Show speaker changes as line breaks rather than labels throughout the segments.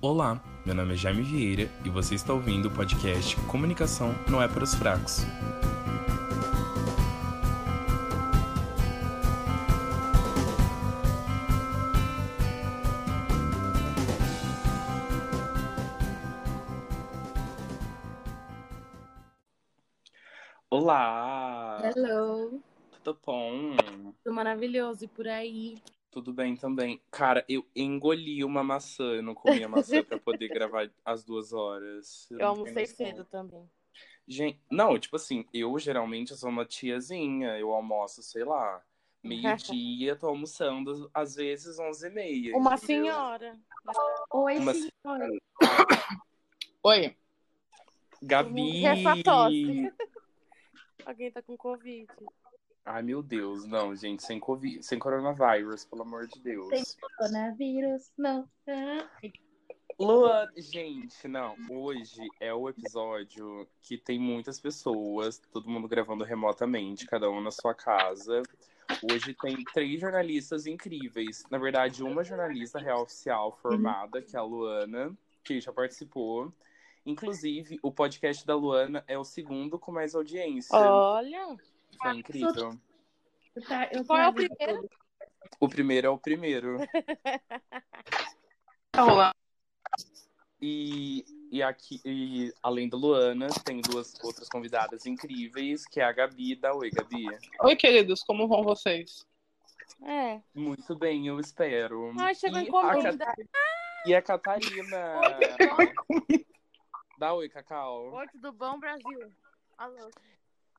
Olá, meu nome é Jaime Vieira e você está ouvindo o podcast Comunicação não é para os fracos. Olá!
Hello!
Tudo bom?
Tudo maravilhoso e por aí?
Tudo bem também. Cara, eu engoli uma maçã, eu não comi a maçã pra poder gravar às duas horas.
Eu,
não
almocei
tenho noção.
cedo também.
Gente, não, tipo assim, eu geralmente eu sou uma tiazinha, eu almoço, sei lá, meio-dia, tô almoçando, às vezes onze e meia.
Uma
entendeu?
senhora.
Oi,
Uma
senhora.
Oi,
Gabi!
Uhum. Essa tosse. Alguém tá com Covid.
Ai, meu Deus, não, gente, sem Covid, sem coronavírus, pelo amor de Deus.
Coronavírus, não.
Luan, gente, não, hoje é o episódio que tem muitas pessoas, todo mundo gravando remotamente, cada um na sua casa. Hoje tem três jornalistas incríveis. Na verdade, uma jornalista real oficial formada, que é a Luana, que já participou. Inclusive, o podcast da Luana é o segundo com mais audiência.
Olha,
Foi incrível.
Eu tá- eu
qual é o
tava-
primeiro?
O primeiro é o primeiro.
tá rolando.
E, e aqui, e além da Luana, tem duas outras convidadas incríveis, que é a Gabi da Oi, Gabi.
Oi, queridos, como vão vocês?
É.
Muito bem, eu espero.
Ai, Ah, chegou
E a
encomenda.
Ca- E a Catarina.
Oi,
Dá oi, Cacau.
Oi, tudo bom, Brasil? Alô.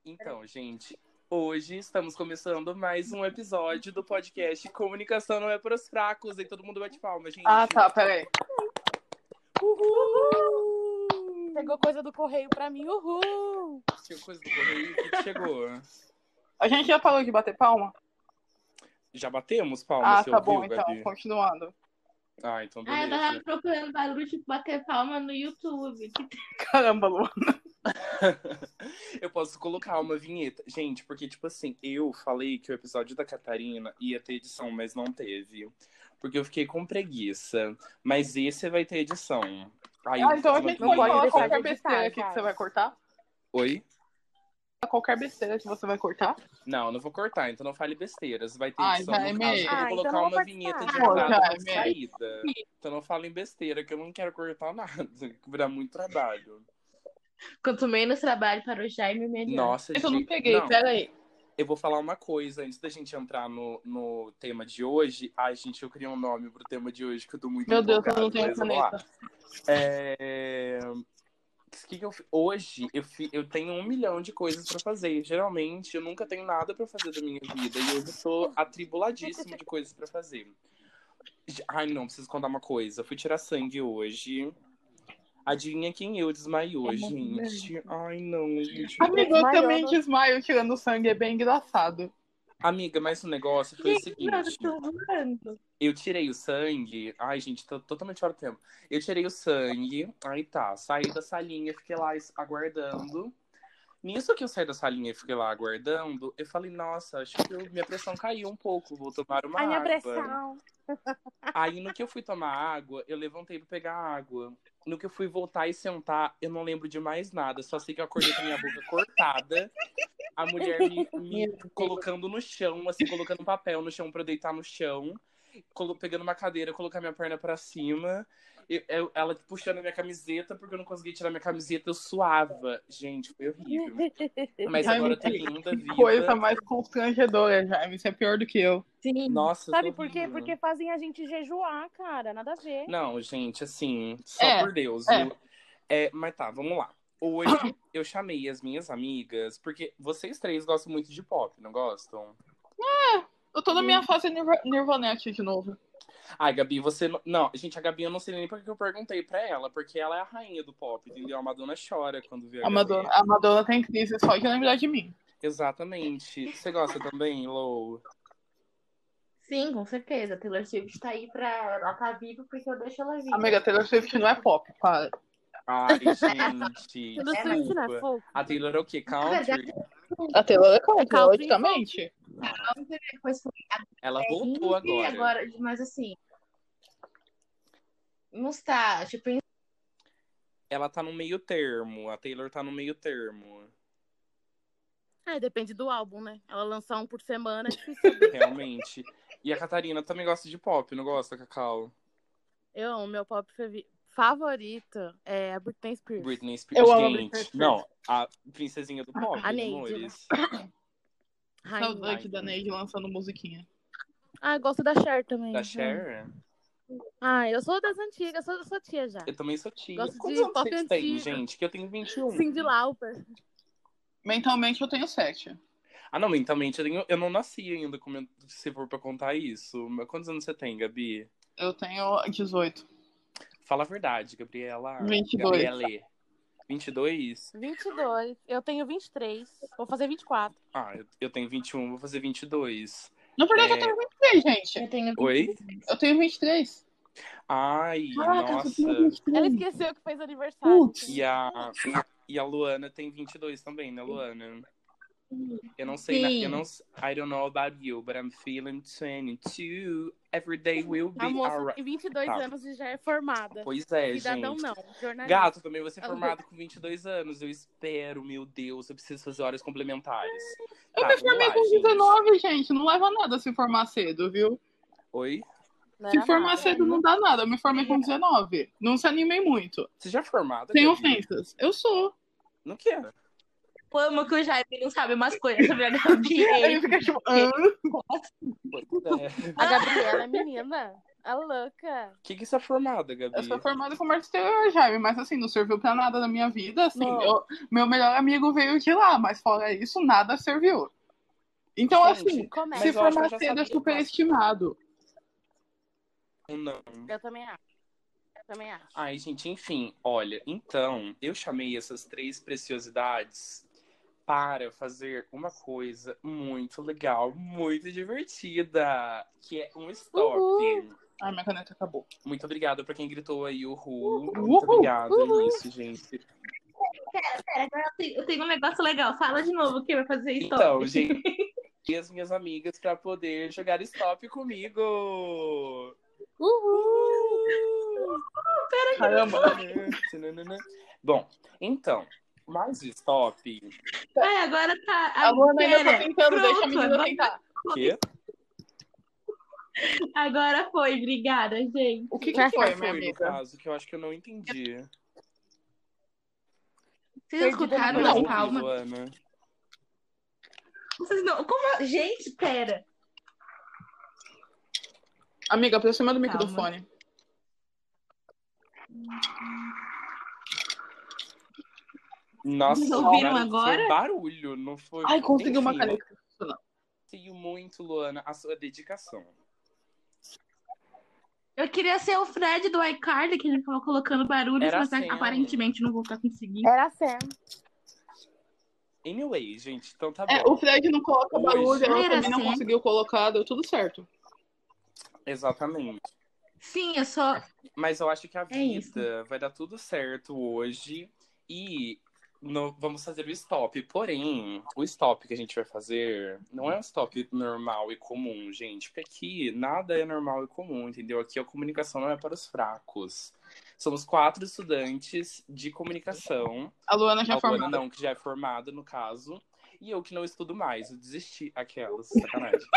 Então, gente, hoje estamos começando mais um episódio do podcast Comunicação Não É Para os Fracos. E todo mundo bate palma, gente.
Ah, tá, peraí.
Chegou coisa do correio pra mim, uhul!
Que coisa do correio o que que chegou.
A gente já parou de bater palma?
Já batemos palma,
ah,
você
tá
ouviu,
bom, então,
Gabi?
continuando.
Ah, então
é
Ah, eu tava
beleza.
procurando barulho de bater palma no YouTube. Que
Caramba, Lu.
eu posso colocar uma vinheta. Gente, porque, tipo assim, eu falei que o episódio da Catarina ia ter edição, mas não teve. Porque eu fiquei com preguiça. Mas esse vai ter edição. Aí eu
Ah, então a
fiz uma
gente
não
pode
pode
falar
deixar
qualquer
de editar,
besteira aqui
já.
que você vai cortar?
Oi?
Qualquer besteira que você vai cortar?
Não, não vou cortar, então não fale besteiras. Vai ter
Ai,
edição no
Jaime.
caso que eu vou
Ah, então
colocar
não vou
uma
participar.
vinheta de
Pô,
entrada e
Jaime.
saída. Então não falem besteira, que eu não quero cortar nada. que Virá muito trabalho.
Quanto menos trabalho para o Jaime, melhor.
Nossa,
Isso eu não
gente,
peguei,
não.
peraí.
Eu vou falar uma coisa antes da gente entrar no, no tema de hoje. Ai, gente, eu criei um nome pro tema de hoje que eu tô muito
Meu Deus, eu
empolgado,
não tenho
mas vamos lá.
caneta.
É... o Que que eu... fi- Hoje eu, fi- eu tenho um milhão de coisas pra fazer. Geralmente eu nunca tenho nada pra fazer da minha vida e hoje eu sou atribuladíssimo de coisas pra fazer. J- Ai, não, preciso contar uma coisa. Eu fui tirar sangue hoje. Adivinha quem eu desmaiou, gente? Ai, não, gente.
Amigo, eu
Desmaiou,
também
né?
desmaio tirando sangue, é bem engraçado.
Amiga, mas o negócio foi o seguinte.
rolando.
Eu tirei o sangue. Ai, gente, tô totalmente fora do tempo. Eu tirei o sangue. Aí tá, saí da salinha, fiquei lá es- aguardando. Nisso que eu saí da salinha e fiquei lá aguardando, eu falei, nossa, acho que eu- minha pressão caiu um pouco, vou tomar uma
A minha
água.
pressão.
Aí no que eu fui tomar água, eu levantei pra pegar água. No que eu fui voltar e sentar, eu não lembro de mais nada. Só sei que eu acordei com a minha boca cortada. A mulher me, me colocando no chão, assim, colocando um papel no chão pra eu deitar no chão. colo- Pegando uma cadeira, colocar minha perna pra cima. Eu- eu- ela puxando a minha camiseta, porque eu não conseguia tirar minha camiseta, eu suava. Gente, foi horrível. Mas
Ai,
agora eu tô
que
linda, Tá viva. né?
Coisa mais constrangedora, Jaime. Você é pior do que eu.
Sim.
Nossa, eu
Sabe
tô
por quê?
horrível.
Porque fazem a gente jejuar, cara. Nada a ver.
Não, gente, assim, só
É,
por Deus.
é.
viu? É, mas tá, vamos lá. Hoje eu chamei as minhas amigas, porque vocês três gostam muito de pop, não gostam?
Eu tô na minha fase nirva- Nirvanete de novo.
Ai, Gabi, você. Não, não, gente, a Gabi eu não sei nem porque eu perguntei pra ela, porque ela é a rainha do pop, entendeu? A Madonna chora quando vê a,
A Madonna,
Gabi.
a Madonna tem crise só de lembrar de mim.
Exatamente. Você gosta também, Lou?
Sim, com certeza. Taylor Swift tá aí pra. Ela tá viva porque eu deixo ela viva.
Amiga, Taylor Swift não é pop, para.
Ai, gente.
Tudo certo, né?
desculpa.
Fofo.
A Taylor é o quê? Country?
A Taylor é country,
Country.
logicamente.
Depois foi
É,
Ela voltou
indie,
agora.
Mas assim, não está, tipo, em-
Ela tá no meio termo. A Taylor tá no meio termo.
Ah, depende do álbum, né? Ela lançar um por semana, é difícil.
Realmente. E a Catarina também gosta de pop, não gosta, Cacau?
Eu, o meu pop favi- favorito é a Britney Spears.
Britney Spears,
Eu amo
gente.
Britney Spears.
Não, a princesinha do pop,
A
meus
Neide, né?
amores.
Rainha.
Saudade da Neide lançando musiquinha.
Ah, eu gosto da Cher também.
Da Cher.
Ah, eu sou das antigas, sou, sou tia já.
Eu também sou tia.
Gosto
Quantos
de
anos
pop
vocês têm,
antigo.
gente? Que eu tenho 21.
Cindy Lauper.
Mentalmente eu tenho sete.
Ah, não, mentalmente eu, tenho- eu não nasci ainda, como- se for pra contar isso. Mas Quantos anos você tem, Gabi?
Eu tenho 18.
Fala a verdade, Gabriela.
22.
Gabriele. 22?
22. Eu tenho 23. Vou fazer 24.
Ah, eu- eu tenho 21, vou fazer 22.
Na verdade,
É.
eu tenho 23, gente.
eu tenho
Oi?
Eu tenho 23.
Ai,
Caraca, eu tenho
nossa.
23.
Ela esqueceu que fez aniversário.
Putz.
E a, e a Luana tem 22 também, né, Luana? Eu não sei, na-
Sim.
eu não s- I don't know about you, but I'm feeling 22. Every day will be
A moça
alright.
tem 22
Tá.
anos e já é formada.
Pois é,
Cidadão
gente.
não, jornalista.
Gato, também vou ser
Ela-
formado com 22 anos. Eu espero, meu Deus, eu preciso fazer horas complementares.
Eu
Tá,
me
vamos
formei
lá,
com
gente.
19, gente. Não leva nada se formar cedo, viu?
Oi?
Não
Se
era
formar
Ah.
nada.
cedo não dá nada. Eu me formei com 19. Não se animei muito.
Você já é formada?
Sem
Gabi?
ofensas. Eu sou.
Não quero.
Pô, amo é que o Jaime não sabe umas coisas sobre a Gabi.
Ele fica tipo, "Hã?"
Pois é.
A Gabriela é menina. A louca.
O que, que você é formada, Gabi?
Eu sou formada como arte exterior, Jaime, mas assim, não serviu pra nada na minha vida. Assim,
Não.
eu- meu melhor amigo veio de lá, mas fora isso, nada serviu. Então,
Gente,
Tipo
assim,
mas
Começa.
se
eu acho que eu
formar
já
cedo é
sabia.
superestimado.
Não.
Eu também acho. Eu também acho.
Ai, gente, enfim, olha, então, eu chamei essas três preciosidades para fazer uma coisa muito legal, muito divertida, que é um stop.
Uhul.
Ai, minha caneta acabou.
Muito obrigada pra quem gritou aí o Ru.
Uhul.
Muito obrigada, é isso, gente.
Eu tenho um negócio legal. Fala de novo que vai fazer isso.
Então, gente, e as minhas amigas para poder jogar stop comigo.
Uhul.
Caramba.
Bom, então, mais o stop. Então.
Ai, agora tá.
A Luana ainda tá
inteira.
tentando, deixa a
Pronto,
menina
vai-
tentar.
Que?
Agora foi, obrigada, gente.
O que,
Vai
que foi, minha
Foi, no
tá.
amiga?
caso, que eu acho que eu não entendi.
Vocês
Perdi
escutaram
também.
Não,
Ah,
as
Não.
palmas?
Luana.
Vocês não. Como? Gente, pera.
Amiga, aproxima do
Calma.
microfone.
Nossa,
Vocês ouviram
foi
agora?
barulho, não foi.
Ai, consegui uma
Enfim,
caneta.
Aprecio muito, Luana, a sua dedicação.
Eu queria ser o Fred do iCarly, que ele ficava colocando barulhos,
Era
mas
assim,
aparentemente não vou tá conseguindo.
Era Sam.
Anyway, gente, então tá
É,
bom.
o Fred não coloca
Hoje.
barulho, ela
Era
também não
assim.
conseguiu colocar, deu tudo certo.
Exatamente.
Sim, eu só.
Mas eu acho que a
isso.
vida vai dar tudo certo hoje e no- vamos fazer o stop. Porém, o stop que a gente vai fazer não é um stop normal e comum, gente. Porque aqui nada é normal e comum, entendeu? Aqui a comunicação não é para os fracos. Somos quatro estudantes de comunicação.
A Luana já
A Luana
formou.
não, que já é formada, no caso. E eu que não estudo mais, eu desisti. Aquelas, sacanagem.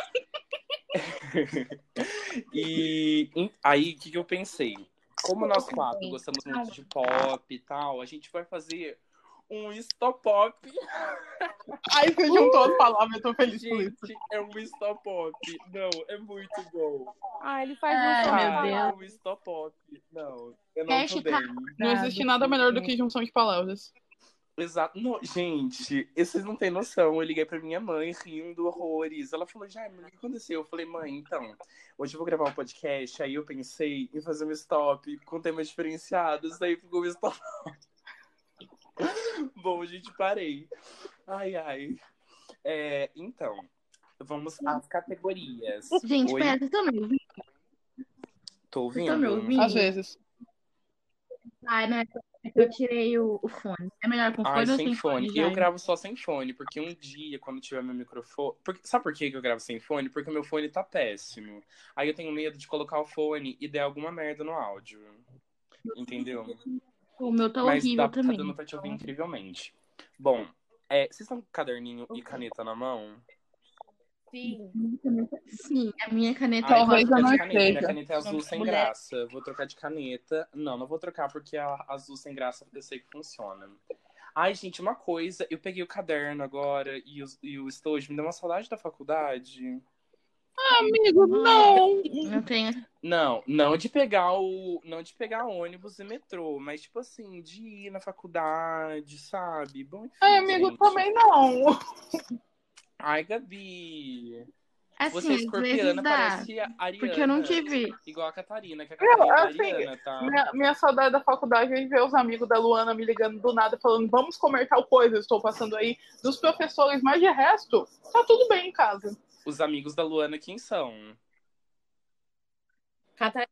e em- aí, o que, que eu pensei? Como nós quatro gostamos muito de pop e tal, a gente vai fazer um stop pop.
Ai, você juntou
Uh!
as palavras, eu tô feliz por isso.
Gente, é um stop pop. Não, é muito bom.
Ah, ele faz
Ai,
um som
meu
pra
Deus.
lá.
É um stop pop. Não, eu não tô
Hashtag-
bem.
Não existe nada melhor do que junção de palavras.
Exato. Não, gente, e vocês não têm noção. Eu liguei pra minha mãe rindo horrores. Ela falou, Jaime, o que aconteceu? Eu falei, mãe, então, hoje eu vou gravar um podcast. Aí eu pensei em fazer um stop com temas diferenciados. Aí ficou um stop. Bom, gente, parei. Ai, ai. É, então, vamos às categorias.
Gente,
Oi,
pera, vocês estão me ouvindo?
tô
Vocês estão me
ouvindo?
ouvindo?
Às vezes.
Ai, né? Eu tirei o, o fone. É melhor com fone
Ai,
ou
sem fone.
já?
Eu gravo só sem fone, porque um dia, quando tiver meu microfone. Porque... Sabe por que que eu gravo sem fone? Porque o meu fone tá péssimo. Aí eu tenho medo de colocar o fone e dar alguma merda no áudio. entendeu?
O meu tá
Mas
horrível
dá, tá
também.
dando pra te ouvir incrivelmente. Bom, é, vocês estão com caderninho e caneta na mão?
Sim.
Sim, a minha caneta
Ai,
é
Talvez
vou trocar
eu não
de caneta. Minha
esteja.
caneta é azul sem
Mulher.
graça. Vou trocar de caneta. Não, não vou trocar porque a azul sem graça eu sei que funciona. Ai, gente, uma coisa. Eu peguei o caderno agora e o, e o estojo. Me deu uma saudade da faculdade.
Amigo, não!
Não tenho.
Não, não de pegar o. Não de pegar ônibus e metrô, mas tipo assim, de ir na faculdade, sabe? Bom, enfim,
Ai, amigo,
gente.
também não.
Ai, Gabi. Você
Assim,
é
às vezes
escorpiana,
dá.
parece a Ariana.
Porque eu não tive.
Igual a Catarina, que a
Não,
Catarina é
assim,
Ariana, tá?
Minha, minha saudade da faculdade é ver os amigos da Luana me ligando do nada, falando, vamos comer tal coisa, eu estou passando aí. Dos professores, mas de resto, tá tudo bem em casa.
Os amigos da Luana, quem são?
Catarina.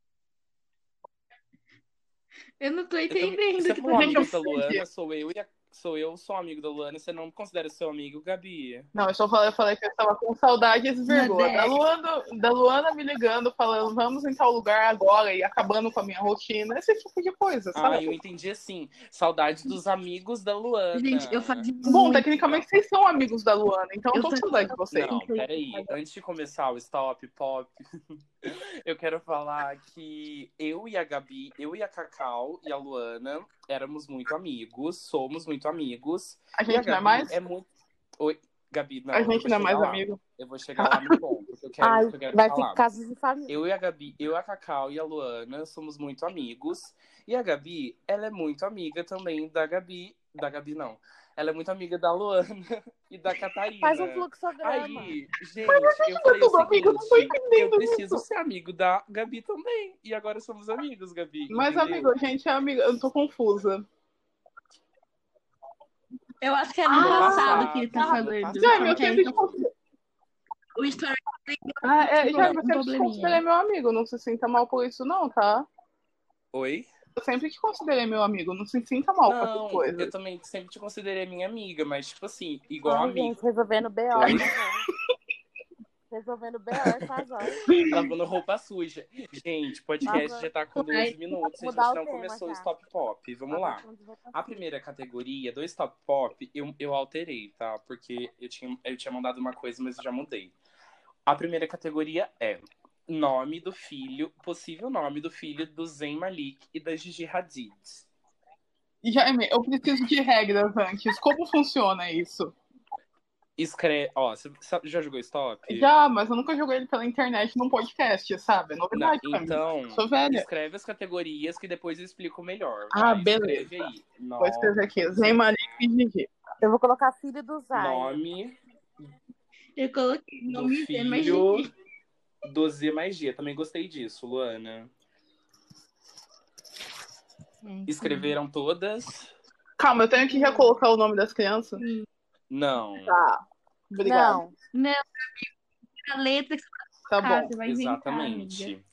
Eu não tô
Você tam-
entendendo.
Você
que é
falou
também-
amigo da Luana, sou eu e a- sou eu, sou amigo da Luana, você não me considera seu amigo, Gabi.
Não, eu só falei, eu falei que eu estava com saudades e vergonha. Da
Mas é.
Luana, da Luana me ligando, falando, vamos em tal lugar agora e acabando com a minha rotina, esse tipo de coisa,
Ah,
sabe?
eu entendi assim. Saudade dos amigos da Luana.
Gente, eu fazia.
Bom, tá-
muito.
tecnicamente vocês são amigos da Luana, então eu
Eu
tô com
tô-
saudade de vocês.
Não, peraí. Antes de começar o Stop Pop, eu quero falar que eu e a Gabi, eu e a Cacau e a Luana éramos muito amigos, somos muito amigos.
A
E a
gente não é
Gabi
mais?
é muito. Oi, Gabi, não.
a
eu
gente
vou
não é mais
chegar lá.
amigo.
Eu vou chegar lá no ponto, porque eu quero,
Ai,
que eu quero
vai
falar.
ter casos de família.
Eu e a Gabi, eu, a Cacau e a Luana somos muito amigos. E a Gabi, ela é muito amiga também da Gabi. Da Gabi, não. Ela é muito amiga da Luana e da Catarina.
Faz um fluxograma.
Aí, gente, eu falei o
tudo amigo, não tô
seguinte, eu
entendendo
preciso
isso.
ser amigo da Gabi também. E agora somos amigos, Gabi.
Mas,
entendeu?
amigo, a gente é amigo, eu tô confusa.
Eu acho que é no
Ah,
passado que ele tá
tá.
falando.
Já,
Jaime, eu
Tem
sempre te confuso.
O story
Ah, é,
Tem
Jaime,
um
eu sempre te
probleminha.
considerei meu amigo, não se sinta mal por isso, não, tá?
Oi?
Eu sempre te considerei meu amigo, não se sinta mal por essas
Não, eu
coisas.
também sempre te considerei minha amiga, mas tipo assim, igual
Ai,
amigo.
gente, resolvendo BO. tá
Oi?
vendo? Resolvendo BO, faz horas.
Lavando roupa suja. Gente, o podcast
Agora-
já tá com 12 minutos e a gente
Mudar o
não
tema
começou o
já.
stop pop. Vamos lá. A primeira categoria do stop pop eu, eu alterei, tá? Porque eu tinha, eu tinha mandado uma coisa, mas eu já mudei. A primeira categoria é nome do filho, possível nome do filho do Zayn Malik e da Gigi Hadid.
Jaime, eu preciso de regras antes. Como funciona isso?
Escreve. Ó, você sabe- já jogou stop?
Já, mas eu nunca joguei ele pela internet num podcast, sabe? É
Não,
novidade pra mim.
então,
Sou velha.
escreve as categorias que depois eu explico melhor.
né? Ah,
Vai,
beleza.
escreve aí.
Vou escrever aqui. Zé Maria e Gigi.
Eu vou colocar filho do Zay.
Nome.
eu coloquei o
do
nome dele, é mas.
filho do Z mais G. Também gostei disso, Luana.
É.
Escreveram todas?
Calma, eu tenho que já colocar o nome das crianças?
Não.
Tá. Obrigado.
Não,
A letra que você
Tá bom.
casa, vai inventar, amiga.
Exatamente.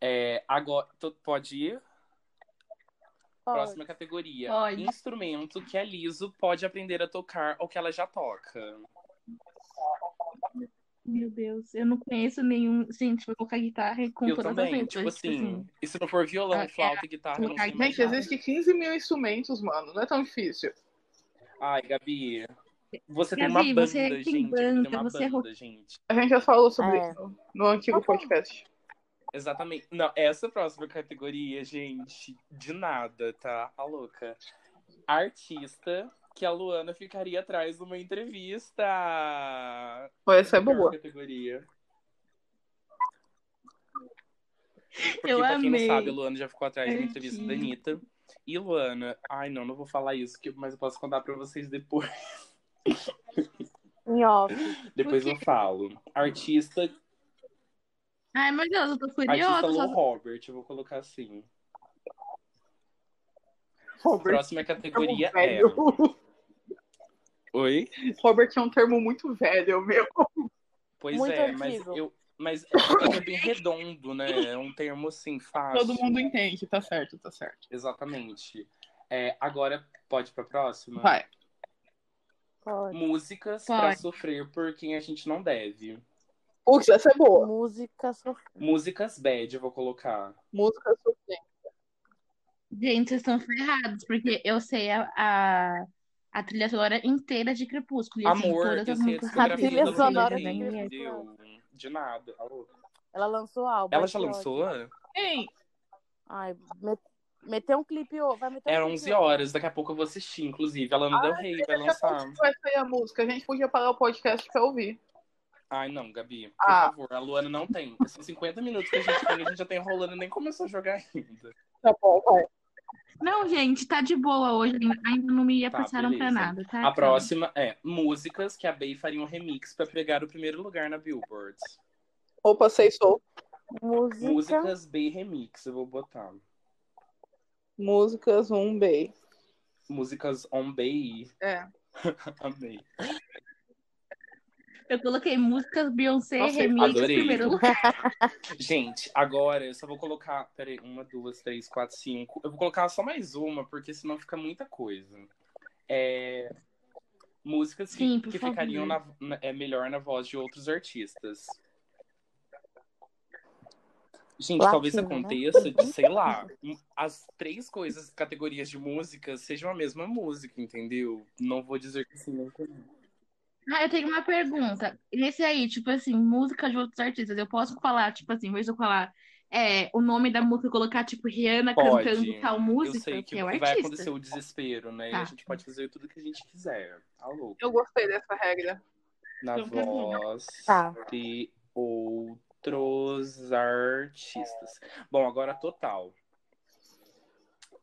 É, agora, tu- pode ir?
pode.
Próxima categoria.
Pode.
Instrumento que a Liso pode aprender a tocar ou que ela já toca.
Meu Deus, eu não conheço nenhum. Gente, vou colocar guitarra e com
eu
todas as
também.
letras.
Tipo assim, e se não for violão,
Ah, é.
flauta e guitarra, eu não sei mais
Gente,
nada.
existe 15 mil instrumentos, mano. Não é tão difícil.
Ai, Gabi. Você tem uma
Gabi,
banda,
você tem
gente.
banda,
tem uma
você é
banda, gente.
A gente já falou sobre
É.
isso no
Tá
antigo podcast.
Exatamente. Não, essa próxima categoria, gente, de nada, tá? A louca. Artista que a Luana ficaria atrás de uma entrevista.
Foi essa é
Pior
boa.
categoria. Porque,
Eu
pra quem não
amei.
sabe, a Luana já ficou atrás de uma
Artista.
entrevista da Anitta. E Luana, ai não, não vou falar isso, que- mas eu posso contar pra vocês depois.
Em off.
Depois
quê?
eu falo. Artista,
Ai, meu Deus, eu tô
artista
curiosa.
Lou
Só...
Robert, eu vou colocar assim.
Robert
Próxima
é um
categoria é.
velho.
Oi?
Robert é um termo muito velho, meu.
Pois
Muito
é,
antigo.
mas eu. Mas é que é bem redondo, né? É um termo assim, fácil.
Todo mundo entende, tá certo, tá certo.
Exatamente. É, agora pode ir pra próxima?
Vai.
Pode.
Músicas
Pode.
pra sofrer por quem a gente não deve.
Putz, essa é boa.
Música sofrida.
é
Músicas bad, eu vou colocar.
Música sofrida.
Gente, vocês estão ferrados, porque eu sei a, a, a trilha sonora inteira de Crepúsculo. e, assim,
Amor,
todas
eu
as
sei a
músicas
A
discografia
trilha
da
Crepúsculo,
sonora
Lana Del
de
Rey,
né?
Crepúsculo.
entendeu? De nada. Tá louco.
Ela lançou o álbum.
Ela já
esse
lançou?
ano.
Ei,
Ai, met... meter um clipe hoje. Vai meter um
Era
clipe
11
hoje.
É, horas, daqui a pouco eu vou assistir, inclusive. A Lana Del Rey vai
daqui a
lançar.
pouco vai sair a música. A gente podia parar o podcast pra ouvir.
Ai, não, Gabi, por
Ah.
favor, a Luana não tem. São 50 minutos que a gente tem, a gente já tá enrolando e nem começou a jogar ainda.
Tá bom, vai.
Não, gente, tá de boa hoje. ainda- Ainda não me
Tá,
passaram pra
beleza.
nada, tá?
A próxima é músicas que a Bey faria um remix pra pegar o primeiro lugar na Billboard.
Ou passei sou.
Música.
Músicas Bey Remix, eu vou botar.
Músicas 1B.
Músicas on Bey.
É.
Amei.
Eu coloquei músicas Beyoncé
Nossa,
remix
adorei.
em primeiro lugar.
Gente, agora eu só vou colocar. Peraí, uma, duas, três, quatro, cinco. Eu vou colocar só mais uma, porque senão fica muita coisa. É, Músicas que-
Sim,
que,
por favor.
ficariam na- na- é melhor na voz de outros artistas. Gente,
Latino,
talvez
né?
aconteça de, sei lá, um- as três coisas, categorias de música, sejam a mesma música, entendeu? Não vou dizer que sim, não.
Ah, eu tenho uma pergunta. Nesse aí, tipo assim, música de outros artistas, eu posso falar, tipo assim, em vez de eu falar é, o nome da música, eu colocar, tipo, Rihanna
Pode.
cantando tal
Eu
música,
sei que
é o
vai
artista.
acontecer o desespero, né? E a
Tá.
gente pode fazer tudo que a gente quiser. Tá louco.
Eu gostei dessa regra.
na
Então, tá bom.
voz
Tá.
de outros artistas. Bom, agora total.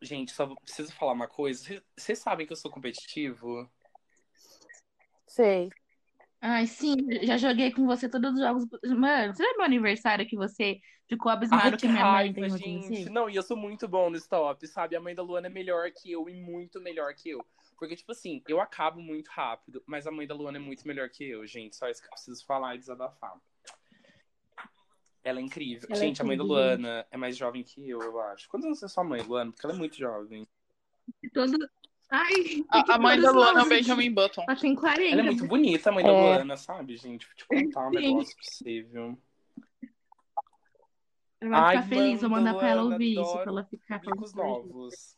Gente, só preciso falar uma coisa. Vocês- Vocês sabem que eu sou competitivo?
Sei.
Ai, sim, já joguei com você todos os jogos. Mano, você lembra meu aniversário que você ficou abismado
Ai,
Ah, que minha mãe ganhou de
Ah, gente.
você?
Não, e eu sou muito bom no stop, sabe? A mãe da Luana é melhor que eu e muito melhor que eu. Porque, tipo assim, eu acabo muito rápido, mas a mãe da Luana é muito melhor que eu, gente. Só isso que eu preciso falar e desabafar. Ela é incrível.
Ela é
gente, a mãe da
incrível.
Luana é mais jovem que eu, eu acho. Quantos anos é sua mãe, Luana? Porque ela é muito jovem.
Todo... Ai, que
A, a mãe da
todos
Luana é
nós,
o Benjamin Button.
Ela tem 40.
um Ela é muito bonita, a mãe da
É.
Luana, sabe, gente? Vou te contar um
Sim.
negócio possível.
Ela vai
Ai,
ficar feliz, vou
manda,
mandar pra ela
Luana,
ouvir isso,
adoro
pra ela ficar
públicos
falando.
novos.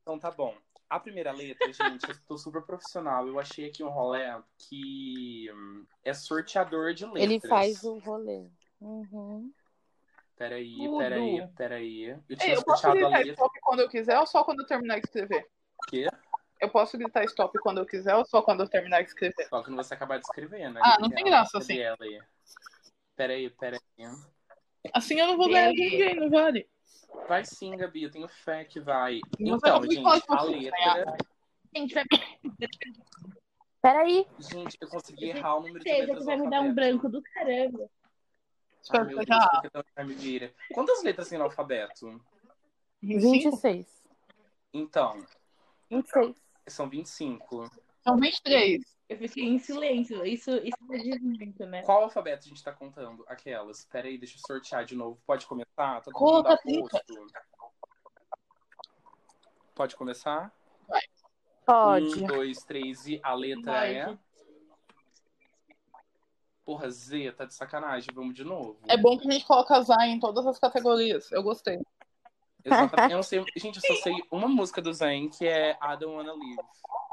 Então tá bom. A primeira letra, gente, eu tô super profissional. Eu achei aqui um rolê que hum, é sorteador de letras.
Ele faz o rolê. Uhum.
Peraí,
Tudo.
peraí, peraí. Eu tinha
Ei, É, eu posso
sorteado a
gritar
letra
stop quando eu quiser ou só quando eu terminar de escrever?
Quê?
Eu posso gritar stop quando eu quiser ou só quando eu terminar de escrever?
só que não você acabar de escrever, né?
Ah, não tem graça,
Cadê ela aí? Peraí, peraí.
Assim eu não vou ganhar de ninguém, não vale.
Vai sim, Gabi, eu tenho fé que vai.
Não
Então,
vai,
gente,
pode
a
você
letra.
Gente, vai
Peraí.
Gente, eu consegui errar o número de
Certeza
letras. do
que vai me dar um
alfabeto.
branco do caramba.
Ai,
Espero
meu
que eu
Deus,
já.
por que tanta intermediária? Quantas letras tem no alfabeto?
25?
26.
Então,
26.
são 25.
São 23.
Eu fiquei em silêncio. Isso, isso me diz muito, né?
Qual alfabeto a gente tá contando? Aquelas. Pera aí, deixa eu sortear de novo. Pode começar? Tá todo mundo
Coloca
aposto. Pode começar?
Pode.
Um, dois, três e a letra
Vai,
é.
gente.
Porra, Z, tá de sacanagem. Vamos de novo.
É bom que a gente coloca Zay em todas as categorias. Eu gostei.
Exatamente. Eu não sei. Gente, eu só sei uma música do Zayn que é I Don't Wanna Live.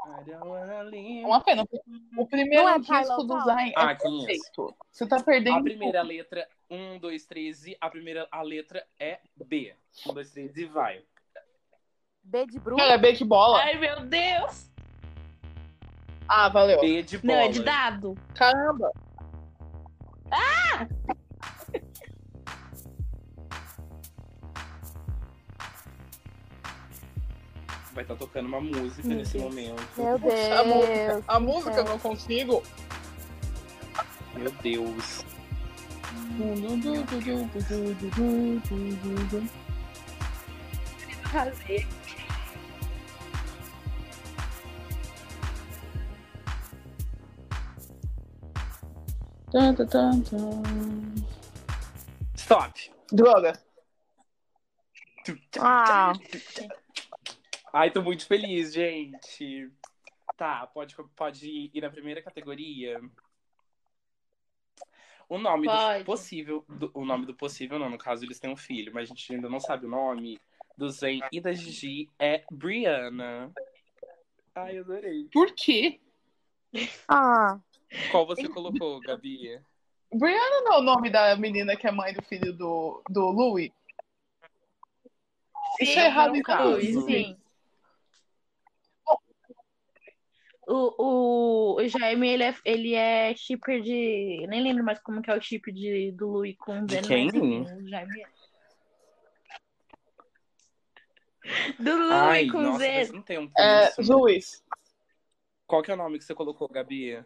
I Don't Wanna Live.
É Uma pena. porque O primeiro
Não é
disco
Tyler,
do
não.
Zayn
Ah,
é
que isso.
perfeito. Você tá
A
perdendo.
primeira letra, um, dois, três e a primeira a letra é B. Um, dois, três e vai.
B de Bruno.
Cara, é B de bola.
Ai, meu Deus!
Ah, valeu.
B de bola.
Não, é de dado.
Caramba.
Vai estar tocando uma música
Meu
nesse
Deus.
momento.
Meu
A música,
Deus.
a música eu não consigo.
Meu Deus.
Tan, tan, tan, tan.
Stop.
Droga.
Ah,
Ai, tô muito feliz, gente. Tá, pode, pode ir na primeira categoria. O nome
Pode.
do possível. do- o nome do possível, não. No caso, eles têm um filho, mas a gente ainda não sabe o nome. do Zen e da Gigi é Brianna. Ai, adorei.
Por quê?
Ah,
Qual você colocou, Gabi?
Brianna não é o nome da menina que é mãe do filho do, do Louis? Isso é errado em
caso.
tudo.
Sim, sim. O, o, o Jaime, ele é, ele é shipper de. Nem lembro mais como que é o chip de, do Louis com o
De
Ben,
quem?
mas enfim, o Jaime. é. Do Louis
Ai,
com
nossa,
Z.
faz um tempo
É,
isso.
Luiz.
Qual que é o nome que você colocou, Gabi?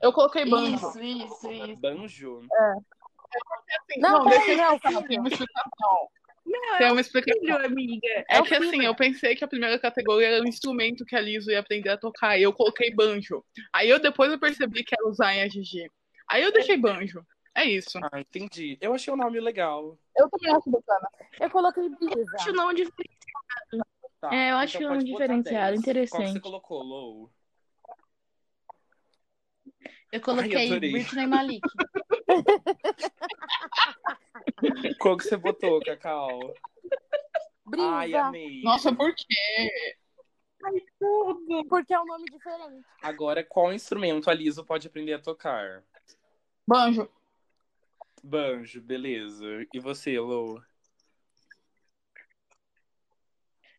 Eu coloquei banjo.
Isso, isso, isso.
Banjo?
Assim,
Não,
deixa
peraí,
eu
não,
explicar,
filho.
Tem uma explicação.
é Não, é
Tem uma explicação.
filho, amiga.
É que assim, eu pensei que a primeira categoria era o instrumento que a Liso ia aprender a tocar. E eu coloquei banjo. Aí eu depois eu percebi que era usar em a Gigi. Aí eu deixei banjo. É isso.
Ah, entendi. Eu achei o nome legal.
Eu também acho bacana.
eu coloquei
Eu acho o
Brisa.
nome de
Tá,
É, eu acho
então
um
pode botar 10. Qual
diferenciado,
que você
interessante.
colocou, Lou?
Eu coloquei
adorei.
Britney Malik.
Qual que você botou, Cacau?
Brisa.
Ai, amei.
Nossa, por quê?
Porque é um nome diferente.
Agora, qual instrumento a Liso pode aprender a tocar?
Banjo.
Banjo, beleza. E você, Lou?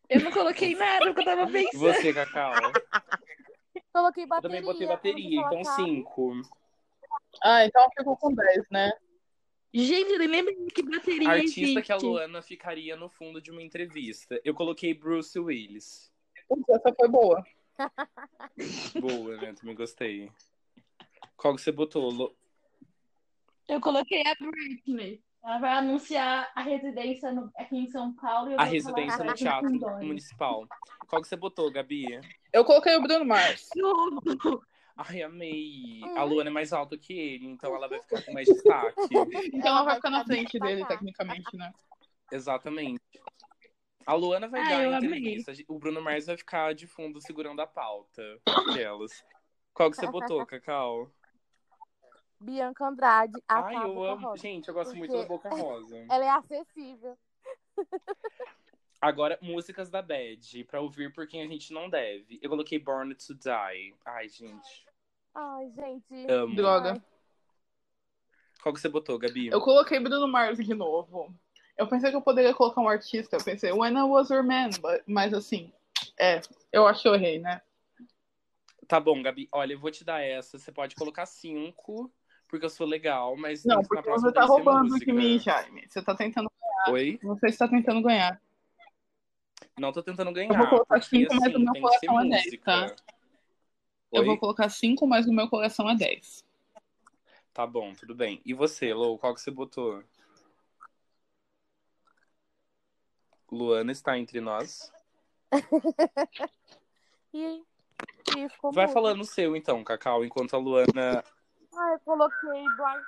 Eu não coloquei nada que eu tava
E
pensando.
você, Cacau?
Coloquei
Eu
bateria.
também botei
onde
bateria, então
colocar-
cinco.
Ah, então ficou com 10, né?
Gente, eu nem lembro que bateria
Artista que a
existe.
Luana ficaria no fundo de uma entrevista. Eu coloquei Bruce Willis.
Putz, essa foi boa.
Boa, né? Também gostei. Qual que você botou? Lo-
Eu coloquei a Britney. Ela vai anunciar a residência no- aqui em São Paulo. e eu
A
vou
residência
falar
no
nada
Teatro
com Dória.
Municipal. Qual que você botou, Gabi?
Eu coloquei o Bruno Mars.
Tudo.
Ai, amei.
Hum.
A Luana é mais alta que ele, então ela vai ficar com mais destaque.
Então ela vai ficar na
ficar bem
frente dele,
devagar.
tecnicamente, né?
Exatamente. A Luana vai
Ah,
dar
eu
a
amei.
entrevista. O Bruno Mars vai ficar de fundo segurando a pauta. Aquelas. Qual que você botou, Cacau?
Bianca Andrade. A
Ai,
Cabo
eu
da
amo.
Rosa.
Gente, eu gosto muito
Porque-
da Boca Rosa.
Ela é acessível.
Agora, músicas da Bad, pra ouvir por quem a gente não deve. Eu coloquei Born to Die. Ai, gente.
Ai, gente.
Amo.
Droga.
Ai,
Qual que você botou, Gabi?
Eu coloquei Bruno Mars de novo. Eu pensei que eu poderia colocar um artista. Eu pensei, When I Was Your Man. but- Mas assim, é, eu acho que eu errei, né?
Tá bom, Gabi. Olha, eu vou te dar essa. Você pode colocar cinco, porque eu sou legal, mas.
Não,
tem que- na
porque
próxima
você tá
tem que ser
roubando de
música.
mim, Jaime. Você tá tentando,
Oi?
você está tentando ganhar.
Não tô tentando ganhar.
Eu vou colocar
porque,
cinco, mas o
assim,
meu
tem que ser
coração é dez,
música.
Eu
Oi?
vou colocar 5, mas o meu coração é 10.
Tá bom, tudo bem. E você, Lou, qual que você botou? Luana está entre nós.
E, e ficou
Vai
mudo.
falando o seu, então, Cacau, enquanto a Luana
Ai, Ah, eu coloquei Brian.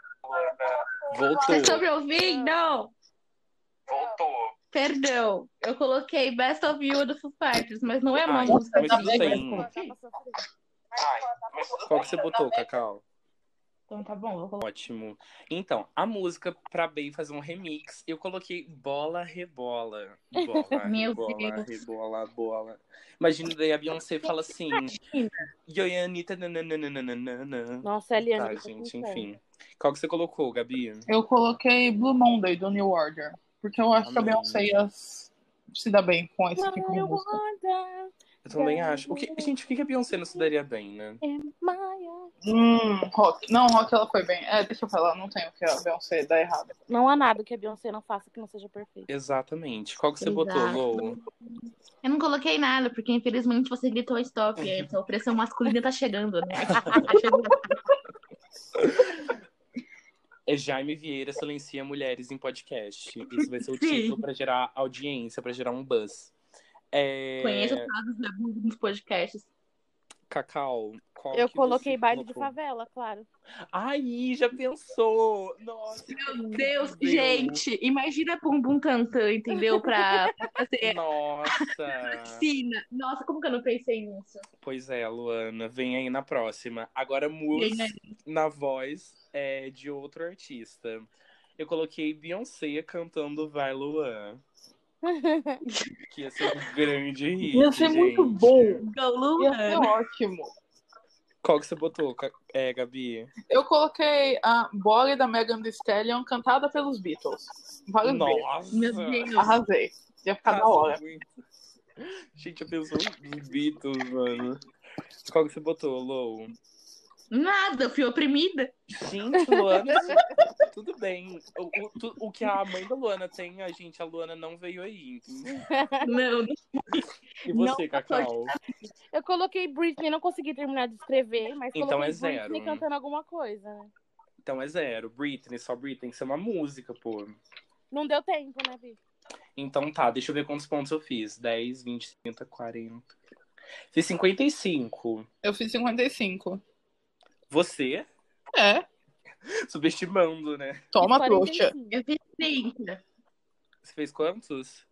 Vocês
voltou.
estão tá me ouvindo? Voltou. Perdão. Eu coloquei Best of You do Foo Fighters, mas não é uma
Ai,
música.
mas
da
tudo
banda.
Ah, então bem. Qual que você botou, Cacau?
Então tá bom, eu coloquei.
Ótimo. Então, a música pra bem fazer um remix, eu coloquei bola rebola. Bola,
Meu
rebola,
Deus.
rebola, bola. Imagina daí a Beyoncé fala assim: Yoyanita nananana.
Nossa, a Eliana.
Tá,
tá
gente,
com fome.
enfim. Qual que você colocou, Gabi?
Eu coloquei Blue Monday do New Order, porque eu acho que a
Amém.
Beyoncé ia s- se dar bem com esse tipo de
Mario
música.
Wanda,
Eu também acho. O que... Gente, o que que a Beyoncé não se daria bem, né?
Maia.
Hum, rock. Não, rock ela foi bem. É, deixa eu falar, não tem o que a Beyoncé dá errado.
Não há nada que a Beyoncé não faça que não seja perfeito.
Exatamente. Qual que você
Exato.
botou, Lou?
Eu não coloquei nada, porque infelizmente você gritou stop.
Uhum.
e a opressão masculina tá chegando, né?
É Jaime Vieira silencia mulheres em podcast. Isso vai ser o título pra gerar audiência, pra gerar um buzz. É...
Conheço os casos da bunda nos podcasts.
Cacau, qual
Eu
que
coloquei
você
baile de
colocou?
favela, claro.
Ai, já pensou! Nossa,
Meu Deus,
Deus.
gente, imagina Bumbum cantando, entendeu? Pra, pra ser
nossa!
piscina. Nossa, como que eu não pensei nisso?
Pois é, Luana, vem aí na próxima. Agora Mus
Vem aí.
na voz é, de outro artista. Eu coloquei Beyoncé cantando Vai Luan. Que ia ser um grande hit.
Ia
é
ser muito
gente.
bom.
Ia ser
Galuna.
ótimo.
Qual que você botou, Ca- é, Gabi?
Eu coloquei a Body da Megan Thee Stallion cantada pelos Beatles. Vários vezes.
Nossa!
Meu Deus.
Ah.
Arrasei. Ia ficar da hora.
Muito. Gente, eu penso nos Beatles, mano. Qual que você botou, Lou?
Nada, eu fui oprimida.
Gente, Luana, tudo bem. O, o- tu- o que a mãe da Luana tem, a gente, a Luana não veio aí.
Não,
E você, Cacau?
Eu coloquei Britney, não consegui terminar de escrever, mas
Então
coloquei
é zero.
Britney cantando alguma coisa, né?
Então é zero. Britney, só Britney, tem que ser uma música, pô.
Não deu tempo, né, Vi?
Então tá, deixa eu ver quantos pontos eu fiz. 10, 20, 30, 40. Fiz 55.
Eu fiz 55.
Você,
É,
subestimando, né?
toma,
Fiz
trouxa.
45.
eu fiz 30.
Você fez quantos?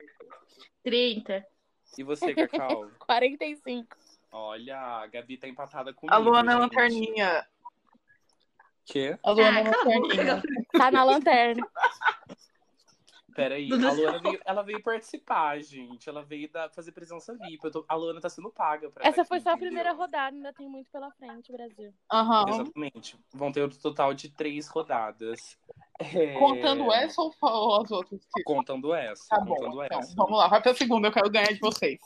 30.
E você, Cacau?
45.
Olha, a Gabi tá empatada comigo.
A Luana é
gente.
lanterninha.
Quê?
A Luana
Ah,
é
cala a boca,
lanterninha.
Gabi.
Tá na lanterna.
Peraí, a Luana veio, ela veio participar, gente. Ela veio dar, fazer presença VIP. Eu tô- a Luana tá sendo paga pra tá
Essa
aqui,
foi só a
entendeu?
primeira rodada, ainda tem muito pela frente, Brasil.
Aham.
Exatamente. Vão ter um total de três rodadas. É,
Contando essa ou ou as outras?
Contando essa.
Tá
contando
bom, então.
essa.
Vamos lá, vai pra segunda, eu quero ganhar de vocês.